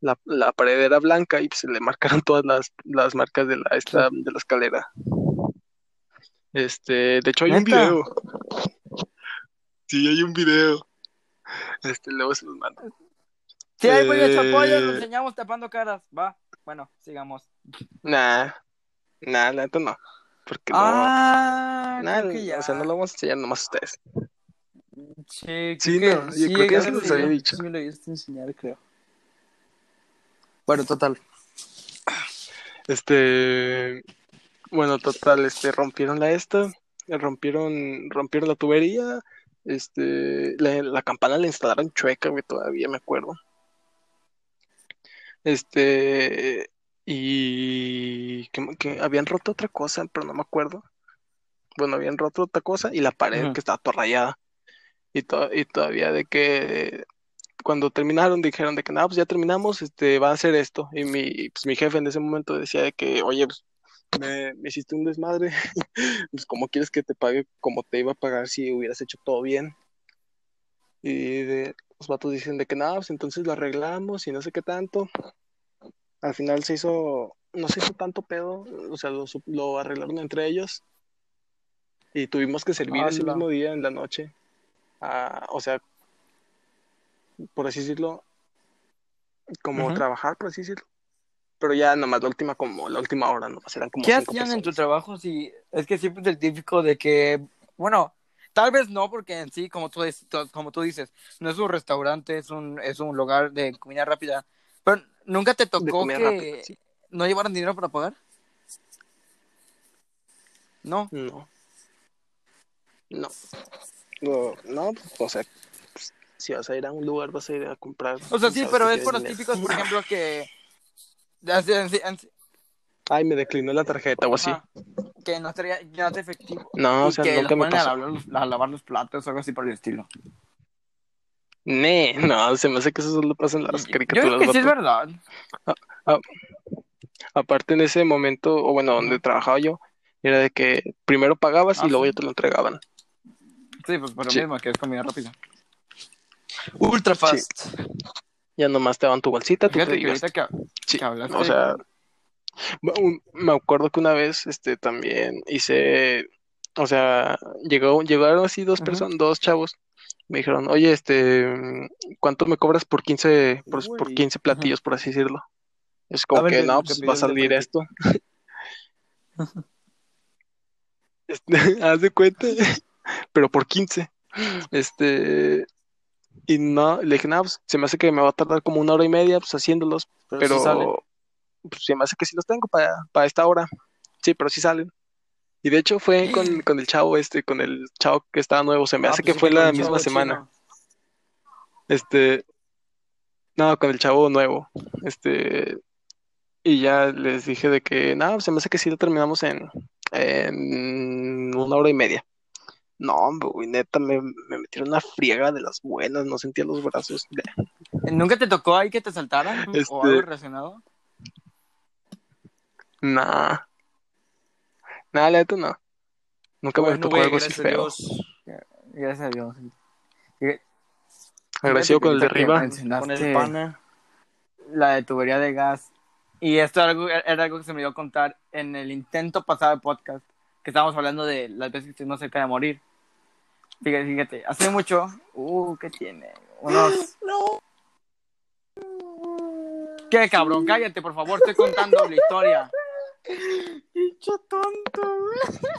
la, la pared era blanca y pues, se le marcaron todas las, las marcas de la, esta, de la escalera. Este, de hecho hay un
¿Neta?
video. Sí, hay un video. Este, luego se los mando.
Si hay güey de
Eh.
Chapoya, lo enseñamos tapando caras. Va. Bueno, sigamos.
Nah, nah, la neta no. Porque no,
ah,
nah,
creo que ya.
o sea, no lo vamos a enseñar nomás a ustedes.
Sí, creo
Sí,
que,
no, yo creo que ya se
creo
los
sí,
había dicho.
Sí, me lo llegaste a enseñar, creo. Bueno, total.
Este, bueno, total, este, rompieron la esta, rompieron, rompieron la tubería, este, la, la campana la instalaron chueca, güey, todavía me acuerdo. Este, y que, que habían roto otra cosa, pero no me acuerdo. Bueno, habían roto otra cosa y la pared
Ujú.
que estaba toda rayada. Y, to- y todavía de que cuando terminaron dijeron de que nada, pues ya terminamos, este, va a hacer esto. Y mi, pues, mi jefe en ese momento decía de que, oye, pues, me, me hiciste un desmadre, pues ¿cómo quieres que te pague como te iba a pagar si hubieras hecho todo bien? Y de- los vatos dicen de que nada, pues entonces lo arreglamos y no sé qué tanto. Al final se hizo, no se hizo tanto pedo, o sea, lo, su- lo arreglaron entre ellos y tuvimos que servir ese
Ala.
mismo día en la noche. a- o sea, por así decirlo, como
Ujú.
trabajar, por así decirlo. Pero ya nomás la última, como la última hora, nomás eran como
¿Qué
cinco
hacían en tu
personas.
trabajo si es que siempre es el típico de que, bueno, tal vez no, porque en sí, como tú, des- to- como tú dices, no es un restaurante, es un, es un lugar de comida rápida, pero nunca te
De
tocó
comida
que
rápida, sí.
no llevaran dinero para pagar. No.
No. No. No, no, pues, o sea, pues, si vas a ir a un lugar, vas a ir a comprar.
O sea,
y
sí,
sabes
pero
que
es por los
tienes
típicos,
dinero.
por ejemplo, que... así- así- así-
Ay, me declinó la tarjeta o así.
ajá, que no, estaría, que no te efectivo.
No, o
y
sea,
Pues que los
nunca me
ponen a
pasó.
lavar los, a lavar los platos o algo así por el estilo.
Ne, no, se me hace que eso solo pasa en las
Yo
caricaturas.
creo que sí es
vato.
verdad.
Aparte, en ese momento, o bueno, donde
Ajá.
trabajaba yo, era de que primero pagabas
Ah,
y luego
sí.
ya te lo entregaban.
Sí, pues por lo
Sí.
mismo, que es comida rápida. Ultra
fast. Ya nomás te daban tu bolsita, tú te
Fíjate que
ibas.
ahorita que,
Sí,
que hablaste.
o sea, me un- me acuerdo que una vez, este, también hice, o sea, llegó, llegaron así dos
Ujú.
personas, dos chavos, me dijeron, oye, este, mm, ¿cuánto me cobras por 15, por, por
Uy.
15 platillos, por así decirlo? Es
A
como
ver,
que,
de
no,
lo que
pues
pidió
va a
el de
salir
Martín.
esto. Este, haz de cuenta, pero por 15. Este, y no, le dije, no, pues se me hace que me va a tardar como una hora y media, pues haciéndolos,
Pero sí sale.
pero pues, se me hace que sí los tengo para, para esta hora. Sí, pero sí salen. Y de hecho fue con, con el chavo este, con el chavo que estaba nuevo, se me
Ah,
hace
pues
que
sí,
fue
que con
la
el chavo
misma semana.
chino.
Este, no, con el chavo nuevo. Este, y ya les dije de que, no, se me hace que sí lo terminamos en, en una hora y media. No, hombre, güey, neta, me, me metieron una friega de las buenas, no sentía los brazos.
¿Nunca te tocó ahí que te saltaran o
Este,
algo relacionado?
nah, nada, la neta no. Nunca me
Bueno,
tocó
güey,
algo así
gracias a
feo.
Dios.
Gracias a Dios.
Agradecido con el de
ahorita que
arriba.
Con el
mencionaste
pana.
la de tubería de gas. Y esto era algo, era algo que se me dio a contar en el intento pasado de podcast, que estábamos hablando de las veces que estuvimos cerca de morir. Fíjate, fíjate, hace mucho, uh, ¿qué tiene? Unos... ¿Qué cabrón? Cállate, por favor, estoy contando la historia.
Pincho tonto, güey.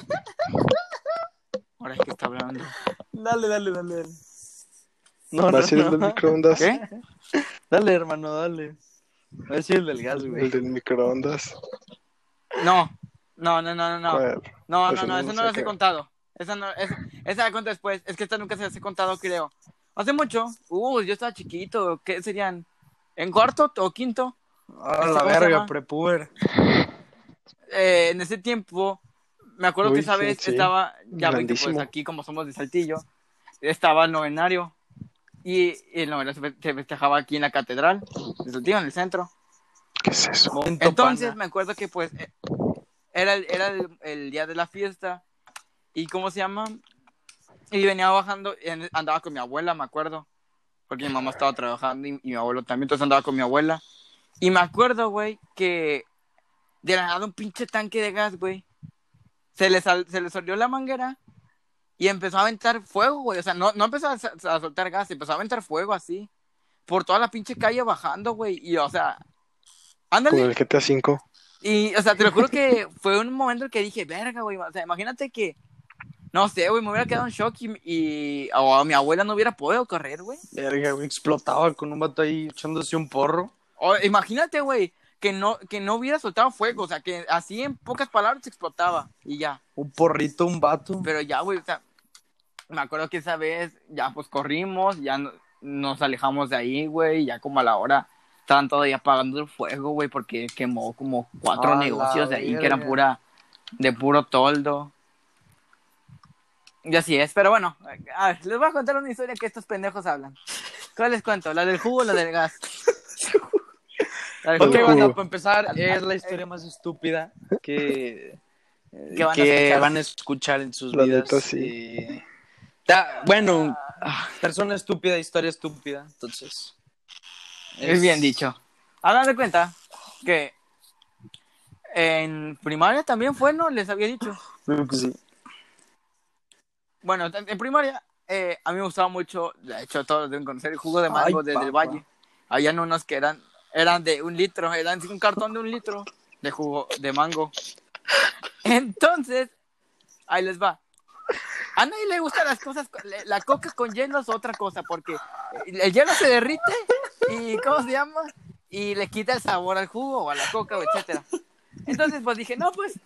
Ahora es que está hablando.
Dale, dale, dale, dale. No,
Va a ser el
no,
del
no.
microondas.
¿Qué?
Dale, hermano, dale. Va a ser el del gas,
El
güey.
del microondas.
No, no, no, no, no, no,
¿Cuál?
no,
Ese
no, no,
no
esa
lo
no las
sé,
he
creo.
contado. Esa no, esa, esa la cuento después. Es que esta nunca se las he contado, creo. Hace mucho, uh, yo estaba chiquito, ¿qué serían? ¿En cuarto o quinto?
Ah,
¿Este cómo
la
se
verga,
llama?
prepuber.
Eh, en ese tiempo, me acuerdo que
Uy,
esa vez
sí,
estaba, ya ven que pues
grandísimo.
aquí como somos de Saltillo, estaba el novenario y, y el novenario se fe- se festejaba aquí en la catedral, en Saltillo, en el centro.
¿Qué es eso?
Momento
Entonces
pana.
me acuerdo que pues eh, era, el- era el, el día de la fiesta y cómo se llama y venía bajando en- andaba con mi abuela me acuerdo porque mi mamá estaba trabajando y, y mi abuelo también entonces andaba con mi abuela Y me acuerdo, güey, que de la nada un pinche tanque de gas, güey. Se le, sal- se le salió la manguera y empezó a aventar fuego, güey. O sea, no, no empezó a, sa- a soltar gas, empezó a aventar fuego así. Por toda la pinche calle bajando, güey. Y, o sea,
Con
ándale.
el GTA V.
Y, o sea, te lo juro que fue un momento en el que dije, verga, güey. O sea, imagínate que, no sé, güey, me hubiera quedado en shock y, y- o mi abuela no hubiera podido correr, güey.
Verga, güey, explotaba con un vato ahí echándose un porro.
O, imagínate, güey, que no, que no hubiera soltado fuego. O sea, que así en pocas palabras explotaba y ya.
Un porrito, un vato.
Pero ya, güey, o sea, me acuerdo que esa vez ya pues corrimos, ya no- nos alejamos de ahí, güey, ya como a la hora estaban todavía apagando el fuego, güey, porque quemó como cuatro
A la
negocios de ahí que eran
verga.
pura, de puro toldo. Y así es, pero bueno, a ver, les voy a contar una historia que estos pendejos hablan. ¿Cuál les cuento? ¿La del jugo o la del gas? La del
Ok,
jugo.
bueno, para empezar, es la historia más estúpida que,
Que van a
que
escuchar.
van a escuchar en sus
La
vidas.
neta, sí.
eh, ta- bueno, ah, persona estúpida, historia estúpida, entonces.
Es bien dicho. Hagan de cuenta que en primaria también fue, ¿no? Les había dicho.
Creo que sí.
Bueno, en en primaria eh, a mí me gustaba mucho, de hecho todos los deben conocer, el jugo de mango
Ay,
desde el
papá.
valle. Habían unos que eran, eran de un litro, eran un cartón de un litro de jugo de mango. Entonces, ahí les va. A nadie le gustan las cosas, con- le- la coca con hielo es otra cosa, porque eh, el hielo se derrite y, ¿cómo se llama? Y le quita el sabor al jugo o a la coca, o etcétera. Entonces, pues dije, no, pues,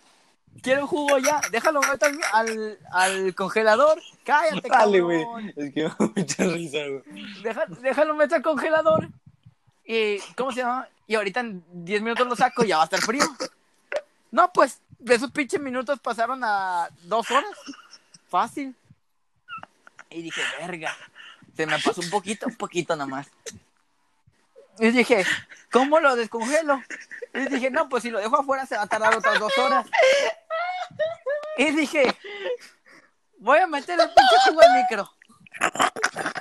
quiero un jugo ya, déjalo meto al, al, al congelador, cállate,
Dale, güey.
cabrón.
Es que me da mucha risa, güey.
Deja- déjalo meto al congelador. Y, ¿cómo se llama? Y ahorita en 10 minutos lo saco y ya va a estar frío. No, pues, de esos pinches minutos pasaron a dos horas. Fácil. Y dije, verga. Se me pasó un poquito, un poquito nomás. Y dije, ¿cómo lo descongelo? Y dije, no, pues si lo dejo afuera se va a tardar otras dos horas. Y dije, voy a meter el pinche jugo al micro.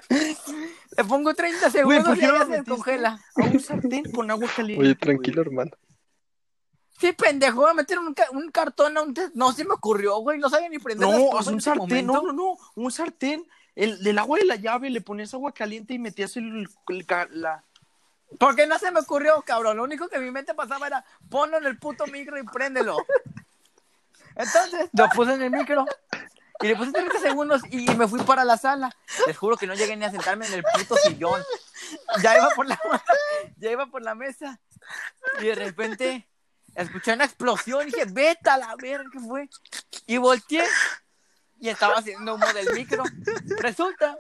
Le pongo 30 segundos
¿por qué
y
no
ya
lo
se
metiste?
descongela.
A un sartén con agua caliente.
Oye, tranquilo, hermano.
Sí, pendejo, voy a meter un, ca- un cartón a un... te- No, se me ocurrió, güey, no sabía ni prender las
No,
cosas
haz
en
un
ese
sartén, no,
momento.
no, no, un sartén, el del agua de la llave, le ponías agua caliente y metías el, el ca- la...
Porque no se me ocurrió, cabrón. Lo único que en mi mente pasaba era ponlo en el puto micro y préndelo. Entonces lo puse en el micro y le puse 30 segundos y me fui para la sala. Les juro que no llegué ni a sentarme en el puto sillón. Ya iba por la, ya iba por la mesa y de repente escuché una explosión. Y dije, vete a la verga, ¿qué fue? Y volteé y estaba haciendo humo del micro. Resulta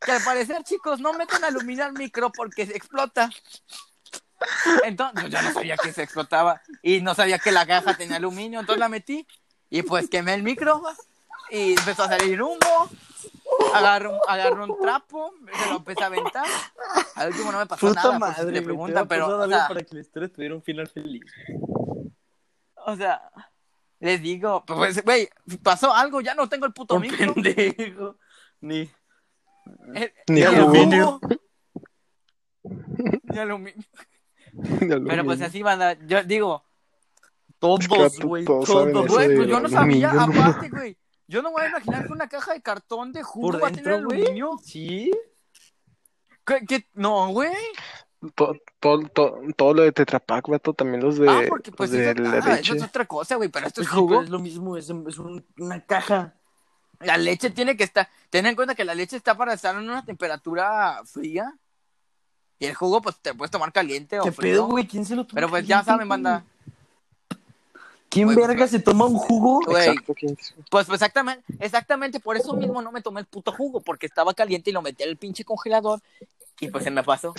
que al parecer, chicos, no metan aluminio al micro porque se explota. Entonces, yo no sabía que se explotaba y no sabía que la caja tenía aluminio, entonces la metí y pues quemé el micro y empezó a salir humo. Agarro, agarro un trapo, se lo empecé a aventar. Al último no me pasó nada, por si le
güey, te
preguntan,
hubiera
pero.
pasado
o
algo
sea,
para que la historia tuviera un final feliz.
O sea, les digo, pues, güey, pasó algo, ya no tengo el puto
Un
micro.
pendejo. Ni...
Eh,
Ni
el
aluminio.
jugo. Ni aluminio. Pero
Aluminio.
pues así, banda, yo digo,
Es
Todos,
Pues que
güey,
todos
todos.
saben eso
güey,
de
pues yo no sabía,
aluminio.
aparte, güey, yo no voy a imaginar que una caja de cartón de jugo
Por
va a tener
dentro, güey.
aluminio.
Sí.
¿Qué, qué? No, güey.
To- to- to- todo lo de Tetra Pak, vato, también los de,
Ah, porque pues
los de
eso,
la
ah, eso
leche.
es otra cosa, güey, pero esto es
Pues Sí,
jugo.
pero Es lo mismo, es, es un- una caja.
La leche tiene que estar, ten en cuenta que la leche está para estar en una temperatura fría. Y el jugo, pues te puedes tomar caliente o
¿Qué
frío.
pedo, güey? ¿Quién se lo toma?
Pero pues ya
caliente,
saben, banda.
güey? ¿Quién
Güey,
verga se toma un jugo?
güey.
Exacto, ¿quién dice?
Pues pues, exactamente, exactamente por eso mismo no me tomé el puto jugo, porque estaba caliente y lo metí al pinche congelador y pues se me pasó.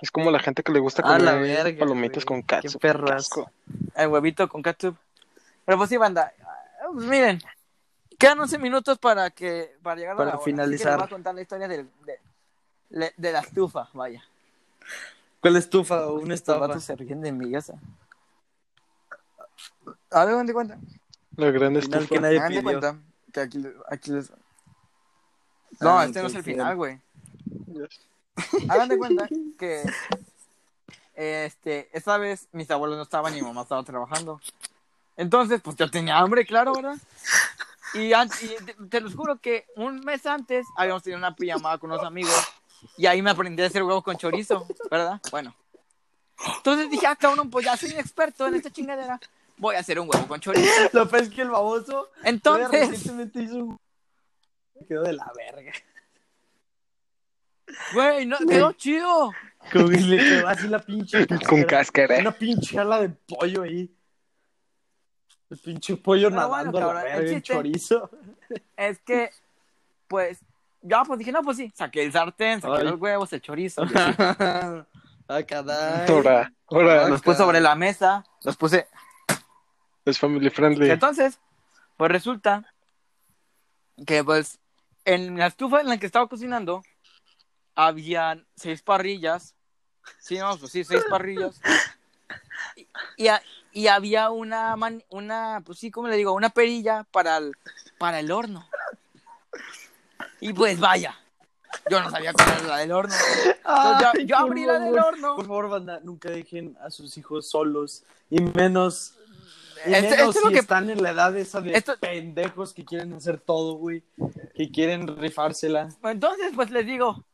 Es como la gente que le gusta
A
comer
la verga,
palomitas
güey.
con catsup.
Qué perrasco.
Asco.
El huevito con ketchup. Pero pues sí, banda. ah, pues, miren, quedan 11 minutos para que para llegar a
Para
la hora,
finalizar.
Así que les voy a contar la historia del- de, de- de la estufa, vaya.
¿Cuál estufa o una
Los
estafa?
vatos se ríen de mi casa. Hagan de cuenta.
La gran
Final que
estufa.
nadie
Hagan de
pidió.
cuenta que aquí, aquí les... No,
Ah,
este no es el
entonces,
final, güey. Hagan de cuenta que este, esa vez mis abuelos no estaban y mi mamá estaba trabajando. Entonces, pues yo tenía hambre, claro, ¿verdad? Y, an- y te, te los juro que un mes antes habíamos tenido una pijamada con unos amigos y ahí me aprendí a hacer huevos con chorizo, ¿verdad? Bueno. Entonces dije, ah, cabrón, pues ya soy un experto en esta chingadera. Voy a hacer un huevo con chorizo.
Lo que es que el baboso todavía
Entonces,
recientemente hizo un... Quedó de la verga.
güey, no, quedó chido.
Como que le quedó así la pinche...
Con
cáscara.
cáscara.
Una pinche ala de pollo ahí. El pinche pollo
Pero bueno,
nadando a la
cabrón, el
verga, el
chiste-
chorizo.
Es que, pues, ya, pues dije, no, pues sí, saqué el sartén, saqué
Ay.
los huevos, el chorizo. y así.
ah, caray.
Ahora,
Los
ahora,
Ahora.
puse sobre la mesa, los puse.
es family friendly.
Entonces, pues resulta que, pues, en la estufa en la que estaba cocinando, habían seis parrillas. Sí, no, pues sí, seis parrillas. Y, y a- y había una, man- una, pues sí, ¿cómo le digo? Una perilla para el, para el horno. Y pues vaya, yo no sabía cuál era la del horno. Entonces, yo-
Ay, Pues
yo
por
abrí la del
favor.
horno.
Por favor, banda, nunca dejen a sus hijos solos. Y menos. Y
Este-
menos
esto es lo
si
que-
están en la edad esa de
Esto-
pendejos que quieren hacer todo, güey. Que quieren rifársela.
Entonces, pues les digo,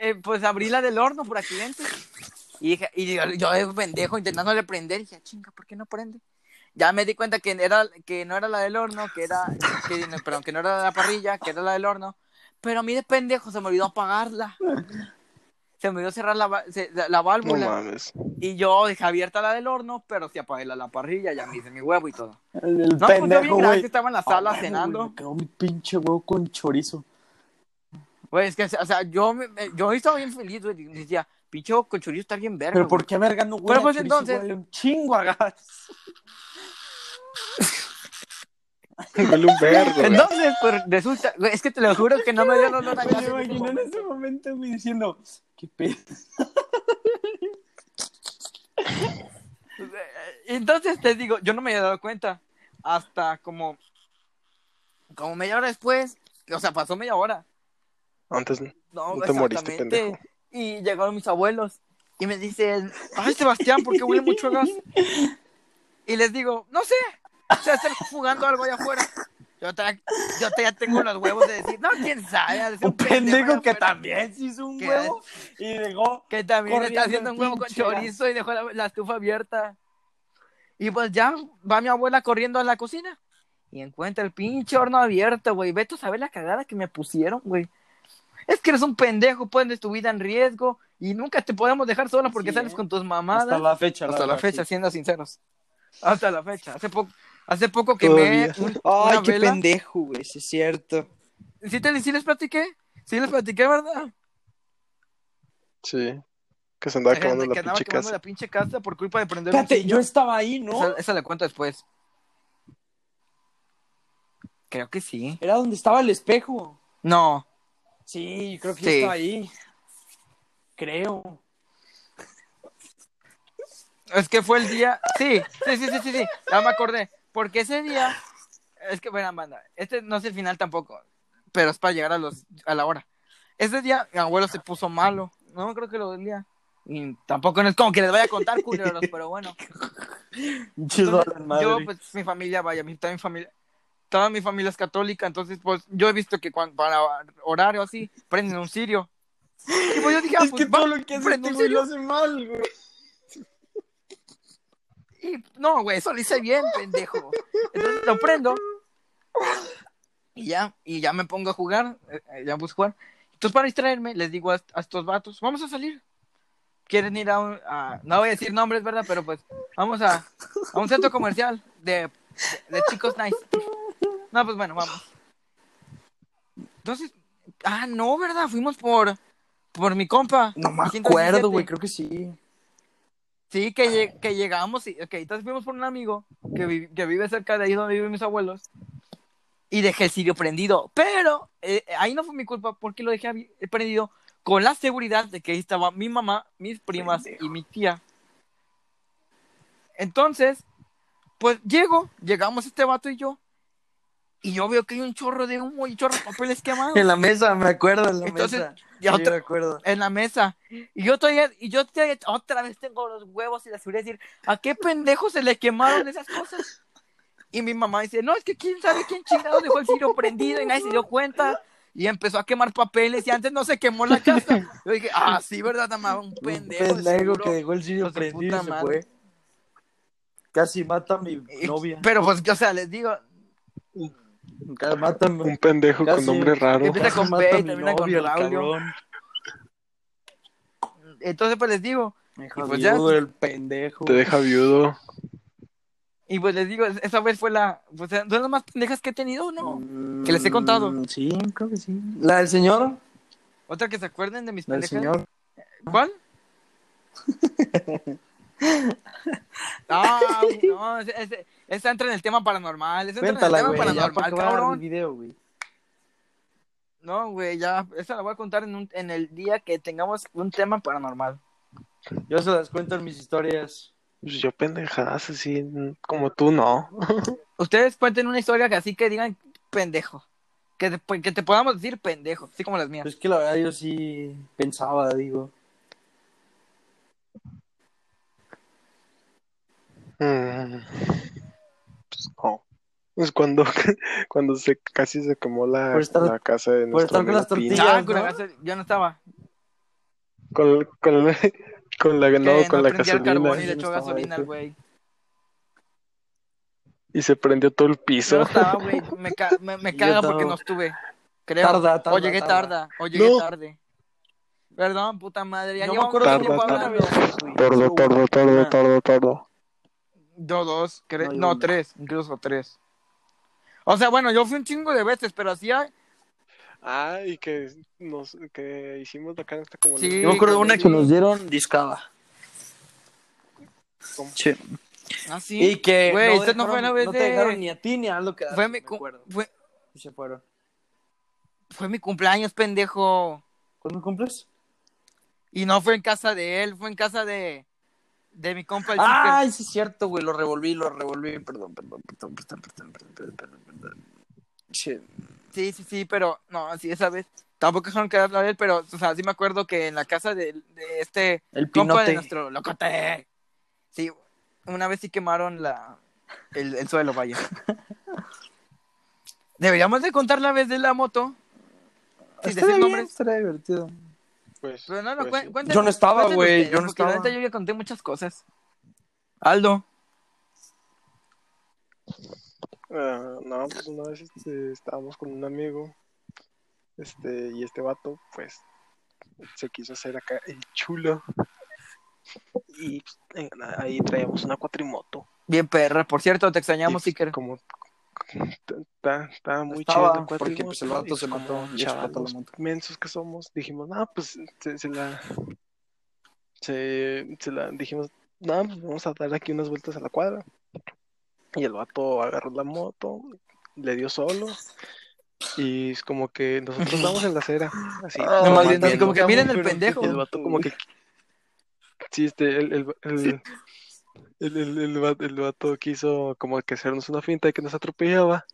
eh, pues abrí la del horno por accidente. Y, dije, y yo, yo de pendejo intentándole prender. Y dije, "Ah, chinga, ¿por qué no prende? Ya me di cuenta que, era, que no era la del horno, que era, que, no, perdón, que no era la parrilla, que era la del horno. Pero a mí de pendejo se me olvidó apagarla. Se me olvidó cerrar la, va- se- la- la
No
válvula.
mames.
y yo dejé abierta la del horno, pero sí apagué la, la parrilla, ya me hice mi huevo y todo.
El, el
No, pues yo bien
pendejo,
grave
güey.
que estaba en la
Ah,
sala
güey,
cenando.
me quedó un pinche huevo con chorizo.
Güey, es que, o sea, yo, me- me- yo estaba bien feliz, güey. y Decía, pinche huevo con chorizo está bien verga.
Pero
güey".
¿por qué verga no huele
Pero
a
pues
chorizo,
entonces-
huele un chingo a gas.
Huele un vergo. güey.
Entonces, pues resulta, güey, es que te lo juro que no me dio el olor a
Me
gas
lo
en ese
imagino en
momento.
ese momento, güey, diciendo, qué pedo.
Eh, Entonces te digo, yo no me había dado cuenta hasta como, como media hora después, que, o sea, pasó media hora.
Antes no.
No,
No te moriste,
exactamente.
pendejo.
Y llegaron mis abuelos y me dicen, ay, Sebastián, ¿por qué huele mucho a gas? Y les digo, no sé, se está fugando algo allá afuera. Yo, ta- yo ta- ya tengo los huevos de decir, no, quién sabe. ha de ser
Un pendejo
allá
que
afuera".
también se hizo un
¿Qué?
huevo y dejó.
Que también
Corriendo
está haciendo
el
un huevo con
pinche
chorizo y dejó la, la estufa abierta. Y pues ya va mi abuela corriendo a la cocina y encuentra el pinche horno abierto, güey. Ve tú sabes la cagada que me pusieron, güey. Es que eres un pendejo, pones tu vida en riesgo y nunca te podemos dejar sola porque
Sí,
sales
¿eh?
con tus mamadas.
Hasta la fecha.
Hasta la
verdad,
fecha,
sí.
siendo sinceros. Hasta la fecha. Hace poco, hace poco que
Todavía.
me. un-
Ay,
una
qué
vela.
pendejo, güey, sí es cierto.
¿Sí, te, sí les platiqué? Sí les platiqué, ¿verdad?
Sí. Que se andaba
Que-
quemando
que
la
andaba
pinche
quemando
casa.
la pinche casa por culpa de prender un
Espérate,
cerillo.
yo estaba ahí, ¿no?
Esa, esa la cuento después. Creo que sí.
Era donde estaba el espejo.
No.
Sí, creo que
Sí.
yo estaba ahí. Creo.
Es que fue el día. Sí, sí, sí, sí, sí, sí. Ya me acordé. Porque ese día. Es que, bueno, Amanda, este no es el final tampoco. Pero es para llegar a los a la hora. Ese día mi abuelo se puso malo. No creo que lo del día. Y tampoco no es como que les vaya a contar, culeros, pero bueno.
Chido,
Entonces, yo, pues, mi familia, vaya, mi, toda mi familia, toda mi familia es católica, entonces, pues, yo he visto que cuando, para orar o así, prenden un sirio. Y pues yo dije, ah,
es
pues,
que
va,
todo lo que hace
prende
este
un
güey lo
sirio.
hace mal, güey.
Y, no, güey, eso lo hice bien, pendejo. Entonces lo prendo. Y ya, y ya me pongo a jugar, eh, eh, ya busco jugar. Entonces, para distraerme, les digo a, a estos vatos, vamos a salir. Quieren ir a un, a- no voy a decir nombres, ¿verdad? Pero pues, vamos a, a un centro comercial de, de, de chicos nice. No, pues bueno, vamos. Entonces, ah, no, ¿verdad? Fuimos por, por mi compa.
No me
117.
acuerdo, güey, creo que sí.
Sí, que, lle- que llegamos y, ok, entonces fuimos por un amigo que, vi- que vive cerca de ahí donde viven mis abuelos y dejé el sirio prendido, pero eh, ahí no fue mi culpa porque lo dejé abi- prendido con la seguridad de que ahí estaba mi mamá, mis primas y mi tía. Entonces, pues llego, llegamos este vato y yo y yo veo que hay un chorro de humo y un chorro de papeles quemados.
En la mesa, me acuerdo, en la
Entonces,
mesa.
Y
yo
otra-
me acuerdo.
en la mesa. Y yo todavía, y yo todavía otra vez tengo los huevos y la seguridad de decir, ¿a qué pendejo se le quemaron esas cosas? Y mi mamá dice, no, es que quién sabe quién chingado dejó el cirio prendido y nadie se dio cuenta. Y empezó a quemar papeles y antes no se quemó la casa. Yo dije, ah, sí, ¿verdad, mamá? Un
Un
pendejo. de
pendejo
seguro".
que dejó el sitio
Hijos de
prendido y
puta
se
madre.
fue. Casi mata a mi
Y-
novia.
Pero pues, o sea, les digo,
Casi mata a mi
Un pendejo
Casi.
con nombre raro.
Empieza
casi
con
mata a
P y
mi
termina con
novia, el
Braulio.
cabrón.
entonces pues les digo,
Me
pues
jodió
ya.
el pendejo.
Te deja viudo.
y pues les digo, esa vez fue la, pues son las más pendejas que he tenido, ¿no? Que les he contado.
Mm, Sí, creo que sí. ¿La del señor?
Otra que se acuerden de mis
La del
pendejas.
señor.
¿Cuál? Ah, no, ese- ese- esa entra en el tema paranormal. Esa entra
Cuéntala,
en el
güey.
tema
Ya para
paranormal,
acabar el
cabrón.
video, güey.
No, güey, ya. Esa la voy a contar en, un- en el día que tengamos un tema paranormal.
Yo se las cuento en mis historias.
Pues Yo pendejadas así como tú no.
Ustedes cuenten una historia que así que digan pendejo. Que te, que te podamos decir pendejo, así como las mías.
Pues que la verdad yo sí pensaba, digo.
Mm, Pues no. Pues cuando, cuando se casi se quemó la,
Por estar-
la casa de
por
nuestro
estar con
amigo
las
Pino.
tortillas.
Ah,
Pues, ¿no?
con la casa- yo no estaba.
Con, con, la- con la, no,
que
con la
prendía el carbón y le
gasolina.
Sí,
echó
estaba
gasolina al
eso.
güey.
Y se prendió todo el
Yo no
piso.
estaba, güey. Me, ca- me, me
Yo
caga porque
estaba.
no estuve. Creo.
Tarda, tarda.
o llegué tarda. O llegué
No.
tarde. Perdón, puta madre. Ya
No me
llevamos
acuerdo
mucho tiempo
cómo tarda,
hablando.
Tordo, tordo, tordo,
Una.
tordo, tordo.
Yo dos, cre-
No, yo
no,
una.
tres, incluso tres. O sea, bueno, yo fui un chingo de veces, pero hacía.
Ah, y que, nos, que hicimos la canasta como
Sí.
Yo me acuerdo de una que
Sí.
nos dieron discada.
¿Cómo?
Sí.
Así.
Y que
Güey,
no,
esta no
dejaron-
fue una vez
no te
de-
dejaron ni a ti ni a lo que
fue, mi
me
cu-
acuerdo.
fue,
Y se fueron.
fue mi cumpleaños, pendejo.
¿Cuándo cumples?
Y no fue en casa de él, fue en casa de. De mi compa el Zipper.
Ay, sí es cierto, güey, lo revolví, lo revolví, perdón, perdón, perdón, perdón, perdón, perdón, perdón, perdón, perdón. Sí.
Sí, sí, sí, pero no, sí, esa vez. Tampoco dejaron que hablar de él, pero, o sea, sí me acuerdo que en la casa de, de este
El
compa de
pinote.
nuestro locote. Sí, una vez sí quemaron la, el, el suelo, vaya. Deberíamos de contar la vez de la moto. Sin
Estaría
decir
bien,
nombres.
estaría divertido.
Pues,
Pero no, no,
pues
cuen-
sí.
cuenten-
Yo no estaba,
cuenten
güey,
ustedes,
yo no
porque la
estaba.
neta yo ya conté muchas cosas. Aldo,
Ah, no, pues una vez este, estábamos con un amigo, este, y este vato, pues, se quiso hacer acá el chulo. Y pues, en- ahí traíamos una cuatrimoto.
bien perra. Por cierto, te
Y,
extrañamos,
pues,
Iker.
Como ta- ta- estaba muy
estaba,
chido
porque, pues, el vato se mató y explotó la moto.
mensos que somos, dijimos, ah, pues se, se la. Se, se la dijimos, no, pues vamos a dar aquí unas vueltas a la cuadra. Y el vato agarró la moto, le dio solo. Y es como que nosotros vamos en la acera, así.
Ah,
nomás
maldito,
viendo.
como que miren el
pero-
pendejo.
Y el vato como que. Sí, este, el, el, el, el, el, el va- el vato quiso como que hacernos una finta de que nos atropellaba,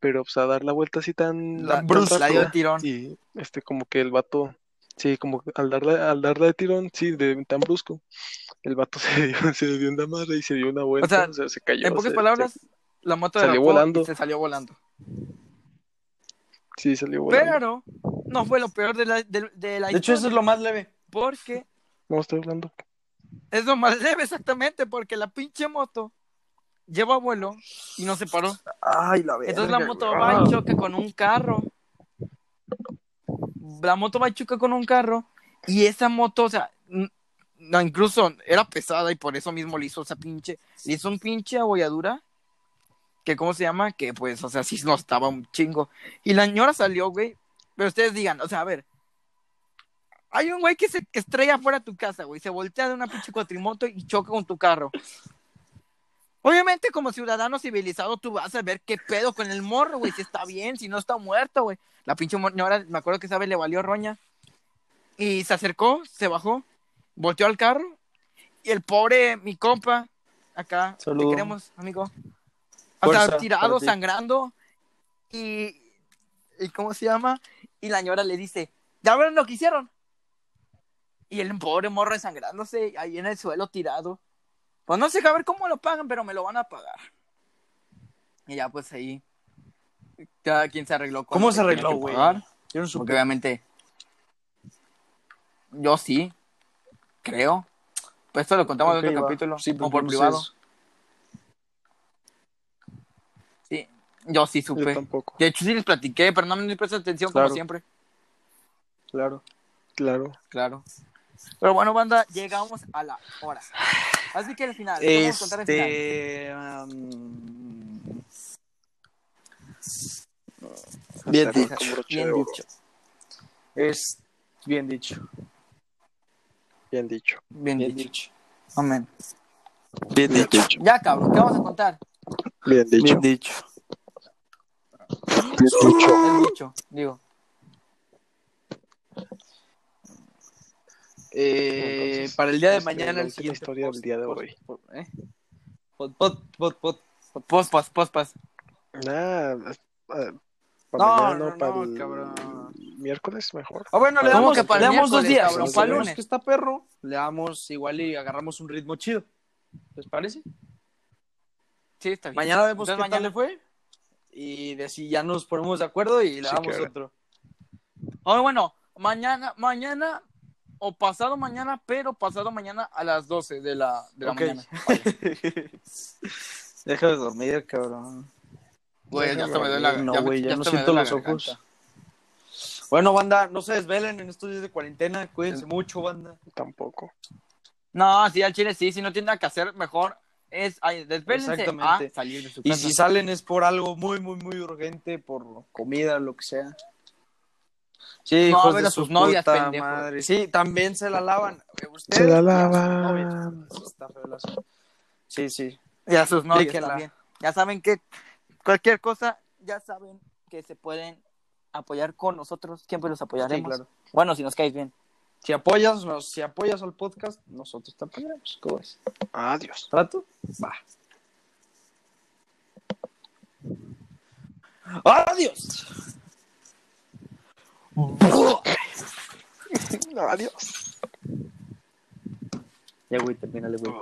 pero pues a dar la vuelta así tan,
La,
tan
la dio
rápida.
el tirón.
Y este, como que el vato, sí, como que al darle, al darle de tirón, sí, de tan brusco, el vato se dio, se dio una madre y se dio una vuelta,
sea,
o sea, se cayó.
En pocas
se-
palabras, la moto
eh, salió
derrapó y
volando.
se salió volando.
se- sí, salió volando.
Pero no fue lo peor de la, de, de la
De
historia,
hecho, eso es lo más leve.
porque
No, estoy hablando.
es lo más leve exactamente, porque la pinche moto lleva vuelo y no se paró.
Ay, la verga.
Entonces la Ah, moto
güey. Ah.
va y choca con un carro. La moto va y choca con un carro y esa moto, o sea, n- no, incluso era pesada y por eso mismo le hizo esa pinche, le hizo un pinche abolladura. Que cómo se llama, que pues, o sea, sí no estaba un chingo. Y la señora salió, güey. Pero ustedes digan, o sea, a ver. Hay un güey que se que estrella fuera de tu casa, güey. Se voltea de una pinche cuatrimoto y choca con tu carro. Obviamente, como ciudadano civilizado, tú vas a ver qué pedo con el morro, güey. Si está bien, si no está muerto, güey. La pinche mo- señora, me acuerdo que sabe, le valió roña. Y se acercó, se bajó, volteó al carro. Y el pobre, mi compa, acá, te
Saludo.
queremos, amigo. O
Fuerza
sea, tirado,
para ti.
sangrando. Y, y. ¿Cómo se llama? Y la señora le dice: Ya verán lo que hicieron. Y el pobre morro desangrándose ahí en el suelo tirado. Pues no sé a ver cómo lo pagan, pero me lo van a pagar. Y ya pues ahí. Cada quien se arregló. con
¿Cómo
lo
se
que
arregló,
tenía que
güey?
pagar.
Yo no
Porque
supe.
obviamente. Yo sí. Creo. Pues esto lo contamos
Ok,
en otro
va.
capítulo.
Sí,
o
pues,
por
no sé
privado.
eso.
Sí. Yo sí
Yo
supe.
tampoco,
De hecho sí les platiqué, pero no me les presté atención
Claro.
como siempre.
Claro.
claro.
Claro. Pero bueno, banda, llegamos a la hora. Así que el
Ah,
final. ¿qué vamos a contar al final?
Este. um, Bien
Cerrar
dicho.
con broche de
Bien
oro.
dicho.
Es bien dicho.
Bien dicho.
Bien,
Bien
dicho.
dicho.
Amén.
Bien dicho.
Ya, cabrón, ¿qué vamos a contar?
Bien dicho.
Bien dicho.
Bien dicho.
El dicho, digo.
Eh,
Entonces,
para el día de
este,
mañana,
la
el
última
siguiente
historia del
post-
día de
post-
hoy.
po- ¿eh? Pod, pod, pod, pod.
Pospas, pospas.
Nah, para
No,
mañana,
no,
para
no,
el
cabrón.
miércoles mejor.
Ah, bueno, le
¿Cómo
damos,
que para el
le damos dos
miércoles,
días.
cabrón?
Si
¿Para el
vemos
lunes?
que está perro, le damos igual y agarramos un ritmo chido. ¿Les parece?
Sí, está bien.
Mañana vemos
Entonces,
qué tal le fue. Y de si ya nos ponemos de acuerdo y le
Sí,
damos
claro.
otro.
Oh, bueno, mañana, mañana o pasado mañana, pero pasado mañana a las 12 de la, de la
Ok.
mañana.
Deja de dormir, cabrón.
Güey, ya
Déjame
se me duele la
No,
ya me-
güey, ya,
ya
no
se me
siento
duele la
los ojos.
garganta.
Bueno, banda, no se desvelen en estos días de cuarentena. Cuídense mucho, banda.
Tampoco.
No, sí, al chile sí, si no tiene nada que hacer, mejor es ay, despérense a
Exactamente.
salir de su
Y
casa.
si salen es por algo muy, muy, muy urgente, por comida, lo que sea. Sí,
No,
hijos
ver
de
a sus
su
novias,
puta
pendejos.
madre. Sí, también se la lavan. Ustedes
Se la
y a sus
lavan.
novias. Eso está feo el asunto. Sí, sí.
Y a sus novias
Déjenla.
también. Ya saben que cualquier cosa, ya saben que se pueden apoyar con nosotros. Siempre los apoyaremos.
Sí, claro.
Bueno, si nos caes bien.
Si apoyas, nos, si apoyas al podcast, nosotros te apoyaremos. ¿Cómo es?
Adiós.
¿Trato? Va. ¡Adiós!
Adiós.
Ya, güey, termínale, güey.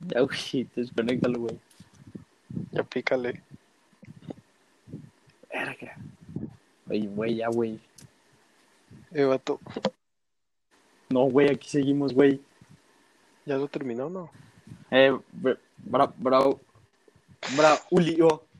Ya, güey, desconéctalo, güey.
Ya pícale.
Verga. Oye, güey, ya, güey.
Eh, vato,
No, güey, aquí seguimos, güey.
¿Ya lo terminó o no?
Eh, bra, bra, bra, braulio.